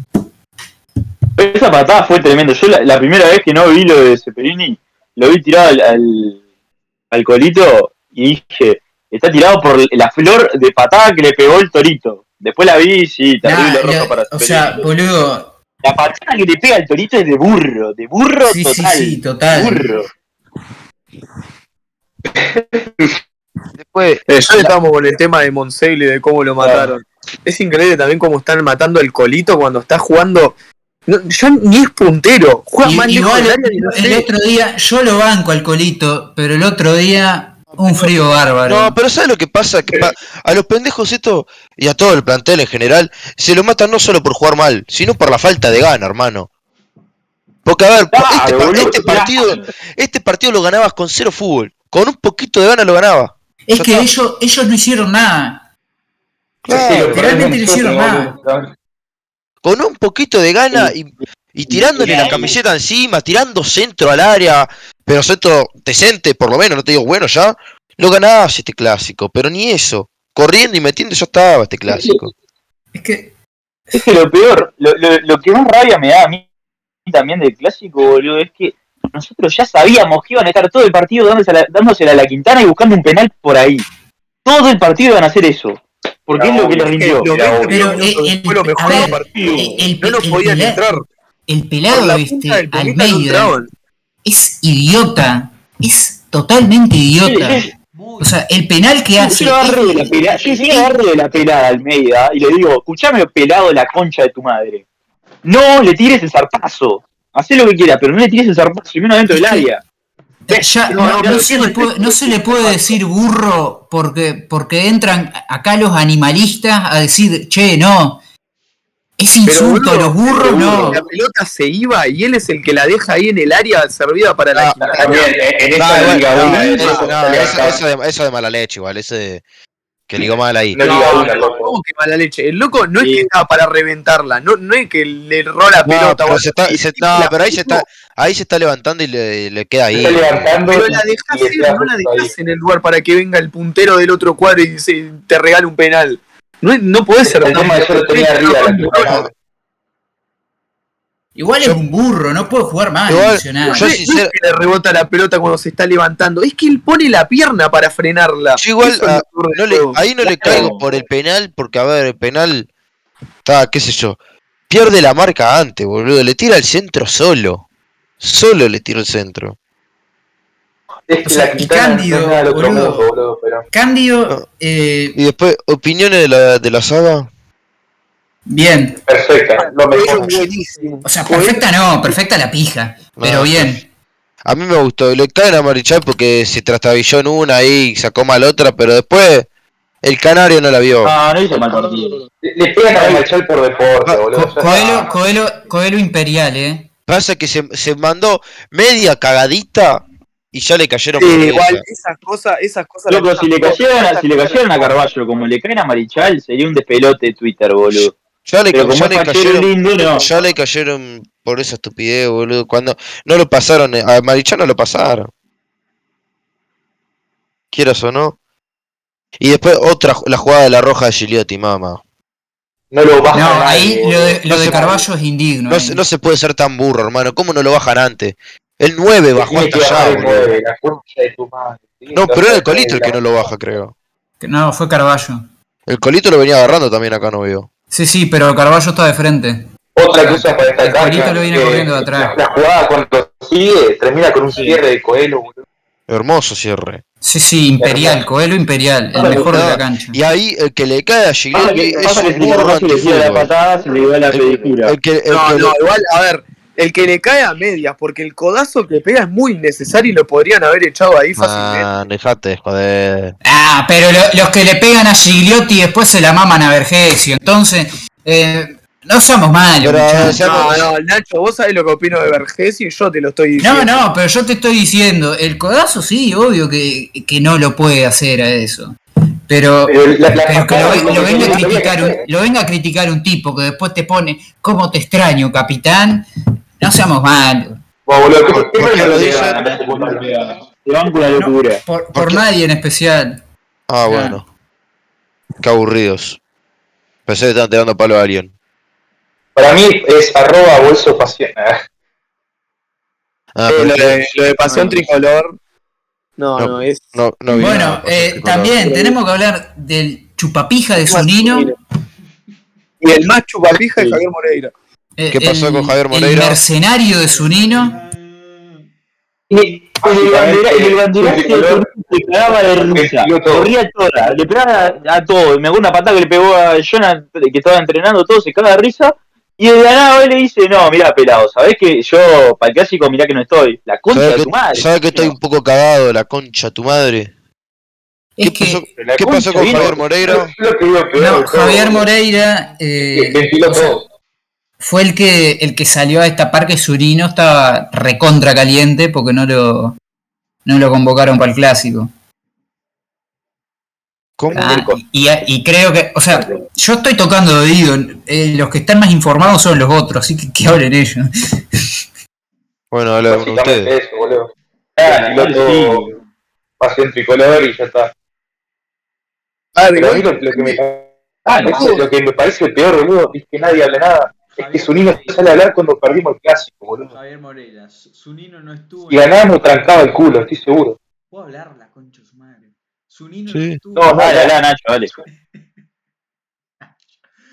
[SPEAKER 1] Esa patada fue tremendo. Yo la, la primera vez que no vi lo de Ceperini, lo vi tirado al, al, al colito y dije, está tirado por la flor de patada que le pegó el torito. Después la vi, sí, terrible
[SPEAKER 3] Nah,
[SPEAKER 1] roja
[SPEAKER 3] la-
[SPEAKER 1] para
[SPEAKER 3] o
[SPEAKER 1] Ceperini.
[SPEAKER 3] sea, boludo.
[SPEAKER 1] la patada que le pega el torito es de burro, de burro
[SPEAKER 3] Sí, sí,
[SPEAKER 1] total.
[SPEAKER 3] sí, total.
[SPEAKER 1] Burro.
[SPEAKER 4] Después,
[SPEAKER 5] Eh, ya estamos con el tema de Monseglio y de cómo lo mataron. Es increíble también cómo están matando al colito cuando está jugando. No, ya ni es puntero. Juega
[SPEAKER 3] Y-
[SPEAKER 5] más lejos
[SPEAKER 3] igual
[SPEAKER 5] del área y no
[SPEAKER 3] el
[SPEAKER 5] sé.
[SPEAKER 3] otro día, yo lo banco al colito, pero el otro día, un frío bárbaro.
[SPEAKER 4] No, pero ¿sabes lo que pasa? Que pa- a los pendejos esto, y a todo el plantel en general, se lo matan no solo por jugar mal, sino por la falta de gana, hermano. Porque, a ver, pa-
[SPEAKER 1] Claro,
[SPEAKER 4] este, pa-
[SPEAKER 1] boludo,
[SPEAKER 4] este
[SPEAKER 1] mirá.
[SPEAKER 4] partido, este partido lo ganabas con cero fútbol. Con un poquito de gana lo ganaba.
[SPEAKER 3] es
[SPEAKER 4] ya
[SPEAKER 3] que
[SPEAKER 4] está.
[SPEAKER 3] ellos, ellos no hicieron nada.
[SPEAKER 6] Pero
[SPEAKER 3] Realmente no hicieron nada.
[SPEAKER 6] boludo.
[SPEAKER 4] Con un poquito de gana y, y tirándole la camiseta encima, tirando centro al área, pero centro decente, por lo menos, no te digo bueno ya. Lo ganabas este clásico, pero ni eso. Corriendo y metiendo ya estaba este clásico.
[SPEAKER 3] Es que,
[SPEAKER 1] Es que lo peor, lo, lo, lo que más rabia me da a mí también del clásico, boludo, es que nosotros ya sabíamos que iban a estar todo el partido dándose la- dándosela a la Quintana y buscando un penal por ahí. Todo el partido iban a hacer eso. Porque es lo que les
[SPEAKER 5] Es que
[SPEAKER 4] eh,
[SPEAKER 1] rindió.
[SPEAKER 5] los 20
[SPEAKER 3] Pero,
[SPEAKER 5] minutos
[SPEAKER 3] eh,
[SPEAKER 5] fue lo
[SPEAKER 3] el-
[SPEAKER 5] mejor
[SPEAKER 3] a
[SPEAKER 5] del
[SPEAKER 3] ver,
[SPEAKER 5] partido.
[SPEAKER 3] el- el-
[SPEAKER 5] no nos
[SPEAKER 3] el
[SPEAKER 5] podían
[SPEAKER 3] Pilar-
[SPEAKER 5] entrar.
[SPEAKER 3] el
[SPEAKER 5] Por
[SPEAKER 3] pelado,
[SPEAKER 5] la
[SPEAKER 3] viste,
[SPEAKER 5] punta del
[SPEAKER 3] al
[SPEAKER 5] planeta no
[SPEAKER 3] medio, ¿eh?
[SPEAKER 5] entraban.
[SPEAKER 3] es idiota. Es totalmente idiota.
[SPEAKER 2] Muy
[SPEAKER 3] O sea, el penal que hace.
[SPEAKER 1] Yo lo agarro de la pelada, yo sí agarro de la pelada Almeida y le digo, escuchame pelado la concha de tu madre. No le tires el zarpazo. Hacé lo que quieras, pero no le tires el zarpazo, y menos dentro del <laughs> área.
[SPEAKER 3] Ya,
[SPEAKER 1] No, no,
[SPEAKER 3] no,
[SPEAKER 1] no,
[SPEAKER 3] se le puede, no se le puede decir burro porque, porque entran acá los animalistas a decir, che, no. Es insulto,
[SPEAKER 5] boludo,
[SPEAKER 3] los burros no.
[SPEAKER 5] La pelota se iba y él es el que la deja ahí en el área servida para la
[SPEAKER 4] Ah,
[SPEAKER 5] Quintana.
[SPEAKER 6] También, eh, en
[SPEAKER 4] No,
[SPEAKER 6] esta
[SPEAKER 4] igual,
[SPEAKER 6] liga
[SPEAKER 4] no,
[SPEAKER 6] uno,
[SPEAKER 4] es-
[SPEAKER 6] eso,
[SPEAKER 4] no,
[SPEAKER 6] la
[SPEAKER 4] eso,
[SPEAKER 6] liga-
[SPEAKER 4] eso de, eso de mala leche, igual. Ese que ligó mal ahí.
[SPEAKER 6] la liga uno,
[SPEAKER 5] No,
[SPEAKER 6] loco.
[SPEAKER 5] ¿cómo que mala leche? El loco no es
[SPEAKER 1] Sí.
[SPEAKER 5] que estaba para reventarla, no, no es que le erró la
[SPEAKER 4] No,
[SPEAKER 5] pelota.
[SPEAKER 4] pero,
[SPEAKER 5] boludo.
[SPEAKER 4] se está-
[SPEAKER 5] Y-
[SPEAKER 4] se-
[SPEAKER 5] y
[SPEAKER 4] no,
[SPEAKER 5] la-
[SPEAKER 4] pero ahí se está ahí se está levantando y le, le queda ahí.
[SPEAKER 6] Está levantando
[SPEAKER 5] Pero la
[SPEAKER 6] y- y
[SPEAKER 5] dejás, ir,
[SPEAKER 6] está
[SPEAKER 5] no la
[SPEAKER 6] justo ahí.
[SPEAKER 5] dejás en el lugar para que venga el puntero del otro cuadro y se- te regale un penal. No, es- no podés ser
[SPEAKER 6] El tema es que yo lo tenía arriba, la Quintana.
[SPEAKER 3] Igual es un burro, no puede jugar más.
[SPEAKER 4] Igual,
[SPEAKER 3] Nacional.
[SPEAKER 5] Yo
[SPEAKER 4] Yo,
[SPEAKER 5] no,
[SPEAKER 4] sincer-
[SPEAKER 5] es que le rebota la pelota cuando se está levantando, es que él pone la pierna para frenarla.
[SPEAKER 4] Yo igual,
[SPEAKER 5] Eso es lo
[SPEAKER 4] ah,
[SPEAKER 1] Pues
[SPEAKER 5] peor del
[SPEAKER 4] no le-
[SPEAKER 5] juego.
[SPEAKER 4] ahí no le
[SPEAKER 1] Claro.
[SPEAKER 4] caigo por el penal, porque a ver, el penal Está, qué sé yo. Pierde la marca antes, boludo. Le tira el centro solo. Solo le tira el centro.
[SPEAKER 6] Es
[SPEAKER 3] O
[SPEAKER 6] que
[SPEAKER 3] sea,
[SPEAKER 6] la
[SPEAKER 3] y
[SPEAKER 6] Quintana
[SPEAKER 3] Cándido,
[SPEAKER 6] no es nada del otro
[SPEAKER 3] boludo.
[SPEAKER 6] mundo, boludo, pero.
[SPEAKER 3] Cándido, eh,
[SPEAKER 4] Y después, opiniones de la, de la saga.
[SPEAKER 3] bien.
[SPEAKER 6] Perfecta, lo mejor.
[SPEAKER 5] buenísimo.
[SPEAKER 3] O sea, perfecta no, perfecta la pija. Pero
[SPEAKER 4] No.
[SPEAKER 3] bien.
[SPEAKER 4] A mí me gustó. Le caen a Marichal porque se trastabilló en una y sacó mal otra, pero después el canario no la vio.
[SPEAKER 1] No, no hizo mal partido.
[SPEAKER 6] Le, le pegan a Machal por deporte,
[SPEAKER 4] Co-
[SPEAKER 6] boludo.
[SPEAKER 3] Co-
[SPEAKER 6] ya
[SPEAKER 3] Coelho,
[SPEAKER 6] está.
[SPEAKER 3] Coelho, Coelho Imperial, ¿eh?
[SPEAKER 4] Pasa que se, se mandó media cagadita y ya le cayeron por
[SPEAKER 5] Sí,
[SPEAKER 4] esa.
[SPEAKER 5] igual, esas cosas, esas cosas.
[SPEAKER 1] Loco, si le cayeran, a- si le cayeran a Carballo como le caen a Marichal, sería un despelote de Twitter, boludo.
[SPEAKER 4] Ya le,
[SPEAKER 1] Pero como
[SPEAKER 4] ya
[SPEAKER 1] es
[SPEAKER 4] le
[SPEAKER 1] fachero
[SPEAKER 4] cayeron.
[SPEAKER 1] lindo, no.
[SPEAKER 4] Ya le cayeron por esa estupidez, boludo. Cuando no lo pasaron, eh, a Marichal no lo pasaron. Quieras o no. Y después otra, ju- la jugada de la roja de Gigliotti, mamá.
[SPEAKER 6] No lo baja.
[SPEAKER 3] No,
[SPEAKER 6] nadie,
[SPEAKER 3] ahí lo de, lo
[SPEAKER 4] No
[SPEAKER 3] de
[SPEAKER 4] se-
[SPEAKER 3] Carballo es indigno.
[SPEAKER 4] No,
[SPEAKER 3] eh.
[SPEAKER 4] se- no se puede ser tan burro, hermano. ¿Cómo no lo bajan antes? El 9 bajó
[SPEAKER 6] Tiene
[SPEAKER 4] hasta
[SPEAKER 6] que bajar
[SPEAKER 4] allá,
[SPEAKER 6] el
[SPEAKER 4] boludo.
[SPEAKER 6] nueve, la concha de tu madre.
[SPEAKER 4] No, pero era el colito el que no lo baja, creo.
[SPEAKER 3] No, fue Carballo.
[SPEAKER 4] El colito lo venía agarrando también acá, no veo.
[SPEAKER 3] Sí, sí, pero Carballo está de frente.
[SPEAKER 6] Otra cosa para destacar.
[SPEAKER 3] El Colito lo viene
[SPEAKER 6] que
[SPEAKER 3] corriendo de atrás.
[SPEAKER 6] La, la jugada cuando sigue termina con un cierre de Coelho, boludo.
[SPEAKER 4] Hermoso cierre.
[SPEAKER 3] Sí, sí, Imperial, Coelho Imperial, el
[SPEAKER 6] Claro,
[SPEAKER 3] mejor de la
[SPEAKER 4] claro.
[SPEAKER 3] cancha.
[SPEAKER 4] Y ahí el que le cae a
[SPEAKER 1] Pasa
[SPEAKER 4] Gigliotti
[SPEAKER 1] que,
[SPEAKER 4] es
[SPEAKER 1] pasa que
[SPEAKER 4] un
[SPEAKER 1] si le
[SPEAKER 4] burro
[SPEAKER 1] Carballo le tira la
[SPEAKER 4] antifútbol.
[SPEAKER 1] patada, se le va la
[SPEAKER 4] El-
[SPEAKER 1] pedicura.
[SPEAKER 4] El que, el
[SPEAKER 5] No,
[SPEAKER 4] que le-
[SPEAKER 5] no, igual, a ver, el que le cae a medias, porque el codazo que pega es muy innecesario y lo podrían haber echado ahí fácilmente.
[SPEAKER 4] Ah, dejate de joder.
[SPEAKER 3] Ah, pero lo- los que le pegan a Gigliotti después se la maman a Vergesio. Entonces, eh, no somos malos.
[SPEAKER 4] Pero,
[SPEAKER 3] muchachos.
[SPEAKER 4] ya
[SPEAKER 5] No, no, Nacho, vos sabés lo que opino de Vergesio y yo te lo estoy diciendo.
[SPEAKER 3] No, no, pero yo te estoy diciendo, el codazo sí, obvio que, que no lo puede hacer a eso. Pero,
[SPEAKER 6] Pero la- la-
[SPEAKER 3] pero que lo,
[SPEAKER 6] la-
[SPEAKER 3] lo venga a
[SPEAKER 6] la-
[SPEAKER 3] criticar un, lo venga a criticar un tipo que después te pone, ¿cómo te extraño, capitán? No seamos malos.
[SPEAKER 6] Bueno, boludo, ¿qué- qué
[SPEAKER 4] Porque
[SPEAKER 6] problema
[SPEAKER 4] lo
[SPEAKER 6] le
[SPEAKER 4] dice-
[SPEAKER 6] dan a este puto campeón?
[SPEAKER 1] Te banco una locura.
[SPEAKER 3] Por,
[SPEAKER 4] ¿Por
[SPEAKER 3] por
[SPEAKER 4] qué?
[SPEAKER 3] nadie en especial.
[SPEAKER 4] Ah, bueno. Qué aburridos. Pensé que estaban tirando palo a alguien.
[SPEAKER 6] Para mí es arroba bolso pasión.
[SPEAKER 4] Ah,
[SPEAKER 5] Eh,
[SPEAKER 4] pero
[SPEAKER 5] lo,
[SPEAKER 4] yo
[SPEAKER 5] de, lo de pasión tricolor. No,
[SPEAKER 4] No.
[SPEAKER 5] no, es.
[SPEAKER 4] no, no vi
[SPEAKER 3] Bueno,
[SPEAKER 4] nada, por
[SPEAKER 3] eh,
[SPEAKER 4] ejemplo,
[SPEAKER 3] también tenemos que hablar del chupapija de Zunino.
[SPEAKER 5] Y el más chupapija
[SPEAKER 1] Sí.
[SPEAKER 5] es Javier Moreira.
[SPEAKER 3] eh,
[SPEAKER 4] ¿Qué pasó
[SPEAKER 3] el-
[SPEAKER 4] con Javier
[SPEAKER 3] El
[SPEAKER 4] Moreira?
[SPEAKER 3] mercenario de Zunino.
[SPEAKER 1] Y Pues el bandera- el banderaje de Torino se cagaba de risa.
[SPEAKER 6] Metió todo.
[SPEAKER 1] Corría toda, le pegaba a todo. Me hago una patada que le pegó a Jonathan, que estaba entrenando todo, se caga de risa. Y de la nada hoy le dice, no, mira pelado, sabés que yo para el clásico mirá que no estoy. La concha de
[SPEAKER 4] ¿Sabes
[SPEAKER 1] tu
[SPEAKER 4] que,
[SPEAKER 1] madre.
[SPEAKER 4] ¿sabe que estoy un poco cagado de la concha de tu madre?
[SPEAKER 3] Es
[SPEAKER 4] ¿Qué pasó,
[SPEAKER 3] que
[SPEAKER 6] La
[SPEAKER 4] qué
[SPEAKER 6] concha
[SPEAKER 4] pasó con
[SPEAKER 6] vino.
[SPEAKER 4] Javier Moreira?
[SPEAKER 6] Lo que digo, peor
[SPEAKER 3] no,
[SPEAKER 6] de todo.
[SPEAKER 3] Javier Moreira eh,
[SPEAKER 6] Que Ventiló
[SPEAKER 3] o sea,
[SPEAKER 6] todo.
[SPEAKER 3] fue el que, el que salió a destapar que Zurino estaba recontra caliente porque no lo, no lo convocaron para el clásico.
[SPEAKER 4] ¿Cómo?
[SPEAKER 3] Ah, y, y creo que, o sea, yo estoy tocando de oído, eh, los que están más informados son los otros, así que que hablen ellos.
[SPEAKER 4] Bueno, habla con ustedes.
[SPEAKER 6] Básicamente eso, boludo. Ah, y lo todo
[SPEAKER 1] Sí.
[SPEAKER 6] pasión tricolor y ya está.
[SPEAKER 5] Ah,
[SPEAKER 6] Pero a mí
[SPEAKER 5] igual,
[SPEAKER 6] lo, lo que me
[SPEAKER 1] Ah, no.
[SPEAKER 6] parece, lo que me parece peor, boludo, es que nadie habla nada. Es que Zunino sale a hablar cuando perdimos el clásico, boludo.
[SPEAKER 2] Javier Moreira, Su- Zunino no estuvo.
[SPEAKER 6] Si ganábamos, trancaba el culo, estoy seguro.
[SPEAKER 2] ¿Puedo hablar la concha de su madre? Zunino
[SPEAKER 4] Sí.
[SPEAKER 2] no estuvo.
[SPEAKER 6] No,
[SPEAKER 1] Dale, dale, Nacho, dale.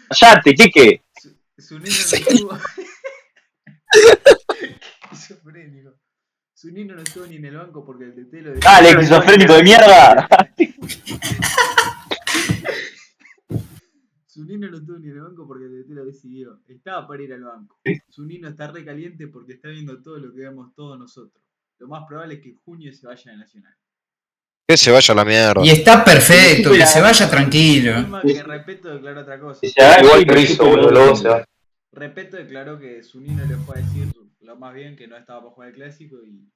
[SPEAKER 1] Callate, Quique.
[SPEAKER 2] Su- Zunino no estuvo. <laughs> Esquizofrénico. Zunino no estuvo ni en el banco porque el DT lo
[SPEAKER 1] Dale, esquizofrénico de mierda.
[SPEAKER 2] Zunino no estuvo ni en el banco porque el DT lo decidió. Estaba para ir al banco. Zunino está recaliente porque está viendo todo lo que vemos todos nosotros. Lo más probable es que en junio se vaya al Nacional.
[SPEAKER 4] Que se vaya a la mierda.
[SPEAKER 3] Y está perfecto, que se vaya tranquilo.
[SPEAKER 2] Afirma que Repeto declaró otra cosa.
[SPEAKER 1] Sí, ya.
[SPEAKER 6] Igual que hizo, boludo, los dos se van.
[SPEAKER 2] Repeto declaró que Zunino le fue a decir lo más bien que no estaba para jugar el clásico y.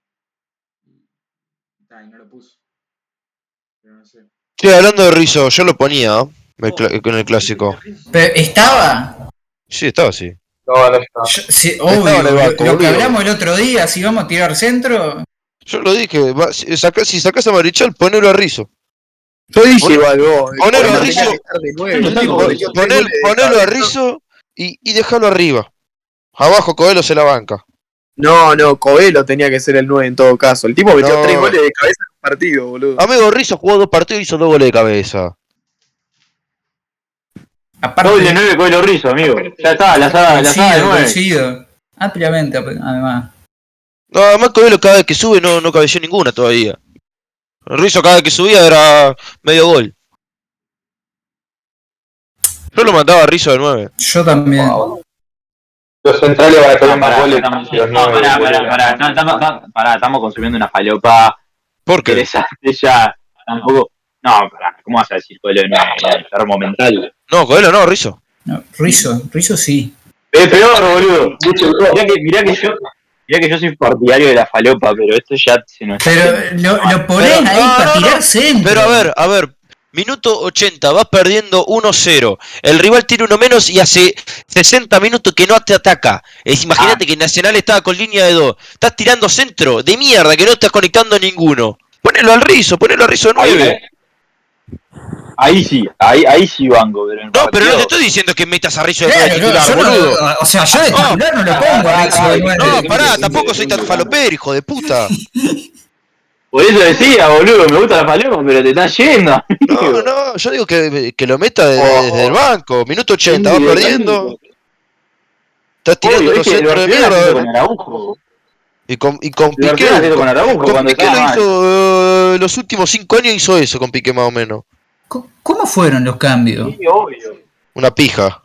[SPEAKER 2] y, ta, y no lo puso. Pero no sé.
[SPEAKER 4] Sí, hablando de Rizzo, yo lo ponía ¿eh? El cla-
[SPEAKER 2] Oh,
[SPEAKER 3] Oh.
[SPEAKER 4] con el clásico.
[SPEAKER 3] Pero estaba,
[SPEAKER 4] Sí, estaba así.
[SPEAKER 6] No, no está.
[SPEAKER 3] yo- sí,
[SPEAKER 4] Estaba en el
[SPEAKER 3] obvio,
[SPEAKER 4] banco,
[SPEAKER 3] lo que
[SPEAKER 4] boludo.
[SPEAKER 3] hablamos el otro día, si vamos a tirar centro,
[SPEAKER 4] Yo lo dije, va, si, sacás, si sacás a Marichal, ponelo a Rizzo.
[SPEAKER 5] Yo dije igual vos.
[SPEAKER 4] Ponelo
[SPEAKER 5] Bueno,
[SPEAKER 4] a Rizzo.
[SPEAKER 5] tenía que estar de nueve.
[SPEAKER 1] Yo no tengo
[SPEAKER 5] Tipo,
[SPEAKER 1] Rizzo.
[SPEAKER 5] yo tengo
[SPEAKER 4] Ponel-
[SPEAKER 5] de
[SPEAKER 4] ponelo a
[SPEAKER 5] cabeza.
[SPEAKER 4] Rizzo y, y déjalo arriba. Abajo Coelho se la banca.
[SPEAKER 5] No, no, Coelho tenía que ser el 9 en todo caso. El tipo metió
[SPEAKER 4] No.
[SPEAKER 5] tres goles de cabeza en un partido, boludo.
[SPEAKER 4] Amigo Rizzo jugó dos partidos y hizo dos goles de cabeza.
[SPEAKER 3] Aparte,
[SPEAKER 1] Doble 9 Coelho Rizzo, amigo. Ya está, la saga, la saga de
[SPEAKER 3] coincido,
[SPEAKER 1] 9.
[SPEAKER 3] coincido. Ampliamente, ap- además.
[SPEAKER 4] No, Marco Velo cada vez que sube no, no cabeció ninguna todavía. Rizzo cada vez que subía era medio gol. Yo lo mandaba a Rizzo de 9.
[SPEAKER 3] Yo también.
[SPEAKER 6] Los centrales van a
[SPEAKER 1] Pará,
[SPEAKER 6] tener más
[SPEAKER 1] Ah, pará,
[SPEAKER 6] goles
[SPEAKER 1] estamos-
[SPEAKER 6] que los
[SPEAKER 1] no,
[SPEAKER 6] nueve,
[SPEAKER 1] pará,
[SPEAKER 6] boludo.
[SPEAKER 1] pará, pará, no, estamos- estamos- pará, estamos consumiendo una falopa
[SPEAKER 4] ¿Por qué?
[SPEAKER 1] interesante ya. Tampoco. No, pará, ¿cómo vas a decir Coelho de 9? Enfermo mental.
[SPEAKER 4] No, Coelho no, Rizzo.
[SPEAKER 3] No, Rizzo, Rizzo sí.
[SPEAKER 1] Es peor, boludo.
[SPEAKER 6] Mucho mejor.
[SPEAKER 1] Mirá que, mirá que yo. Mirá que yo soy partidario de la falopa, pero esto ya se nos
[SPEAKER 3] Pero lo, lo ponés
[SPEAKER 4] Pero-
[SPEAKER 3] ahí
[SPEAKER 4] no,
[SPEAKER 3] para
[SPEAKER 4] no, no.
[SPEAKER 3] tirar centro.
[SPEAKER 4] Pero a ver, a ver. Minuto 80, vas perdiendo 1-0. El rival tiene uno menos y hace 60 minutos que no te ataca. Es, imagínate que Nacional estaba con línea de 2. Estás tirando centro de mierda que no estás conectando a ninguno. Ponelo al Rizzo, ponelo al Rizzo de
[SPEAKER 1] eh.
[SPEAKER 4] 9.
[SPEAKER 1] Ahí sí, ahí, ahí sí banco, pero en
[SPEAKER 4] No, pero no
[SPEAKER 1] partido-
[SPEAKER 4] te estoy diciendo que metas a Rizzo de
[SPEAKER 3] Claro,
[SPEAKER 4] nueve
[SPEAKER 3] no,
[SPEAKER 4] titular,
[SPEAKER 3] yo no-
[SPEAKER 4] boludo.
[SPEAKER 3] o sea, yo de
[SPEAKER 4] No,
[SPEAKER 3] titular no lo pongo a Rizzo de nueve.
[SPEAKER 4] No, pará, tampoco soy tan falopero, hijo de <laughs> puta.
[SPEAKER 1] Por eso decía, boludo, me gusta la paloma, pero te estás yendo.
[SPEAKER 4] No, no, yo digo que, que lo meta de- desde, el banco. Minuto 80, vas perdiendo. Estás tirando
[SPEAKER 1] Obvio,
[SPEAKER 4] los
[SPEAKER 1] es que
[SPEAKER 4] centros de
[SPEAKER 1] Barcelona lo hizo con
[SPEAKER 4] mierda. eh.
[SPEAKER 1] Araujo.
[SPEAKER 4] Y con, y con Piqué.
[SPEAKER 1] Barcelona lo hizo con Araujo
[SPEAKER 4] Con
[SPEAKER 1] cuando
[SPEAKER 4] Piqué lo
[SPEAKER 1] estaba mal.
[SPEAKER 4] hizo eh, los últimos 5 años, hizo eso con Piqué más o menos.
[SPEAKER 3] Co- ¿Cómo fueron los cambios?
[SPEAKER 1] Sí, obvio.
[SPEAKER 4] Una pija.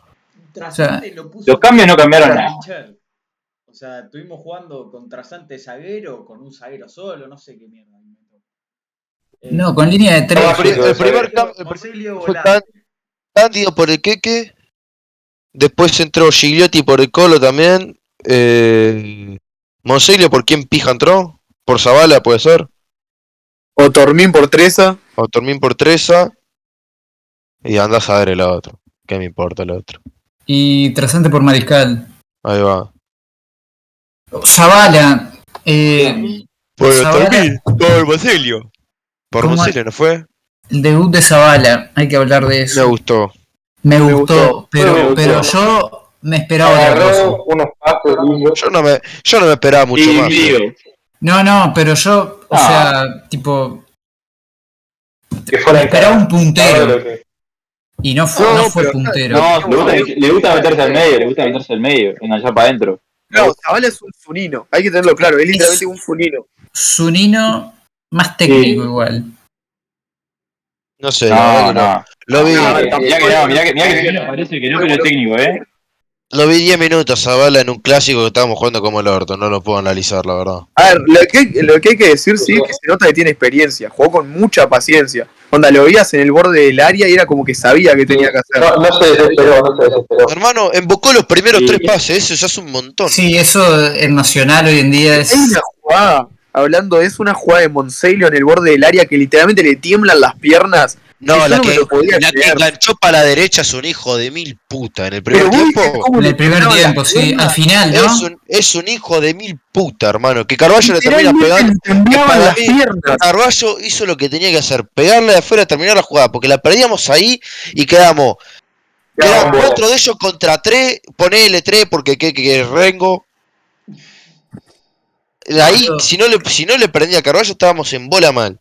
[SPEAKER 2] Trasante lo puso.
[SPEAKER 1] Los cambios no cambiaron
[SPEAKER 2] para
[SPEAKER 1] nada.
[SPEAKER 2] hinchar. O sea, estuvimos jugando con Trasante zaguero, con un zaguero solo, no sé qué mierda. Eh,
[SPEAKER 3] No, con línea de tres.
[SPEAKER 4] El, pri- el primer cam- el primer
[SPEAKER 2] Marcelo
[SPEAKER 4] fue
[SPEAKER 2] volante.
[SPEAKER 4] cándido por el Queque. Después entró Gigliotti por el Colo también. Eh, Monseglio, ¿por quién pija entró? ¿Por Zavala puede ser?
[SPEAKER 5] O Tormín por Treza.
[SPEAKER 4] O Tormín por Treza. Y andás a ver el otro. ¿Qué me importa el otro?
[SPEAKER 3] Y trasante por Mariscal.
[SPEAKER 4] Ahí va.
[SPEAKER 3] Zavala. Eh,
[SPEAKER 4] Por
[SPEAKER 3] Zavala.
[SPEAKER 4] Tormín, por Monselio. Por
[SPEAKER 3] ¿Cómo
[SPEAKER 4] Monselio, ¿no fue?
[SPEAKER 3] el debut de Zavala. Hay que hablar de
[SPEAKER 4] Me
[SPEAKER 3] eso.
[SPEAKER 4] gustó.
[SPEAKER 3] Me,
[SPEAKER 5] me
[SPEAKER 3] gustó,
[SPEAKER 5] gustó,
[SPEAKER 3] pero,
[SPEAKER 1] me gustó.
[SPEAKER 3] pero yo me esperaba otra cosa.
[SPEAKER 6] Agarró unos pasos, Guillo.
[SPEAKER 4] Yo no me, yo no me esperaba mucho
[SPEAKER 1] Sí,
[SPEAKER 4] más.
[SPEAKER 1] digo,
[SPEAKER 3] No, no, pero yo, o
[SPEAKER 1] Ah.
[SPEAKER 3] sea, tipo,
[SPEAKER 6] que fuera
[SPEAKER 3] esperaba un
[SPEAKER 6] Ahora
[SPEAKER 3] puntero
[SPEAKER 6] lo que-
[SPEAKER 3] y no fue,
[SPEAKER 5] No,
[SPEAKER 3] no fue
[SPEAKER 5] pero-
[SPEAKER 3] puntero.
[SPEAKER 1] No, le gusta, le gusta meterse al medio, le gusta meterse al medio, enganchar para adentro.
[SPEAKER 5] No, Zavala es un funino. Hay que tenerlo claro. Es literalmente un funino.
[SPEAKER 3] Zunino más técnico igual.
[SPEAKER 4] No sé, la verdad
[SPEAKER 1] No,
[SPEAKER 4] que no.
[SPEAKER 1] no.
[SPEAKER 4] Lo vi,
[SPEAKER 5] No,
[SPEAKER 1] Eh, Mirá que no, mirá que, mirá que me parece que no, pero es técnico, ¿eh?
[SPEAKER 4] lo vi 10 minutos a Bala en un clásico que estábamos jugando como el orto. No lo puedo analizar, la verdad.
[SPEAKER 5] A ver, lo que, lo que hay que decir sí es que se nota que tiene experiencia. Jugó con mucha paciencia. Onda, lo veías en el borde del área y era como que sabía que tenía que hacer.
[SPEAKER 6] No, no se desesperó, no se desesperó.
[SPEAKER 4] Hermano, embocó los primeros
[SPEAKER 1] Sí.
[SPEAKER 4] tres pases. Eso ya es un montón.
[SPEAKER 3] Sí, eso en Nacional hoy en día es...
[SPEAKER 5] Hay una jugada, hablando de eso, una jugada de Monseilio en el borde del área que literalmente le tiemblan las piernas.
[SPEAKER 4] no,
[SPEAKER 5] Eso
[SPEAKER 4] la
[SPEAKER 5] no me
[SPEAKER 4] que,
[SPEAKER 5] lo podía
[SPEAKER 4] la que
[SPEAKER 5] creer.
[SPEAKER 4] enganchó para la derecha es un hijo de mil puta. En el primer
[SPEAKER 5] Pero vos
[SPEAKER 4] tiempo.
[SPEAKER 5] viste cómo
[SPEAKER 3] En
[SPEAKER 5] le
[SPEAKER 3] el primer
[SPEAKER 5] temblaban las
[SPEAKER 3] tiempo, sí,
[SPEAKER 5] piernas.
[SPEAKER 3] al final,
[SPEAKER 4] Es
[SPEAKER 3] ¿no?
[SPEAKER 4] un, es un hijo de mil puta, hermano. Que Carballo le termina
[SPEAKER 5] Literalmente
[SPEAKER 4] pegando.
[SPEAKER 5] le temblaban
[SPEAKER 4] Para
[SPEAKER 5] las
[SPEAKER 4] mí,
[SPEAKER 5] piernas.
[SPEAKER 4] Carballo hizo lo que tenía que hacer: pegarle de afuera, terminar la jugada. Porque la perdíamos ahí y quedamos. Quedan
[SPEAKER 6] Quedamos.
[SPEAKER 4] cuatro de ellos contra tres. Ponele tres porque que, que, que es Rengo. De Ahí,
[SPEAKER 3] Boludo.
[SPEAKER 4] si no, le, si no le prendía a Carballo, estábamos en bola mal.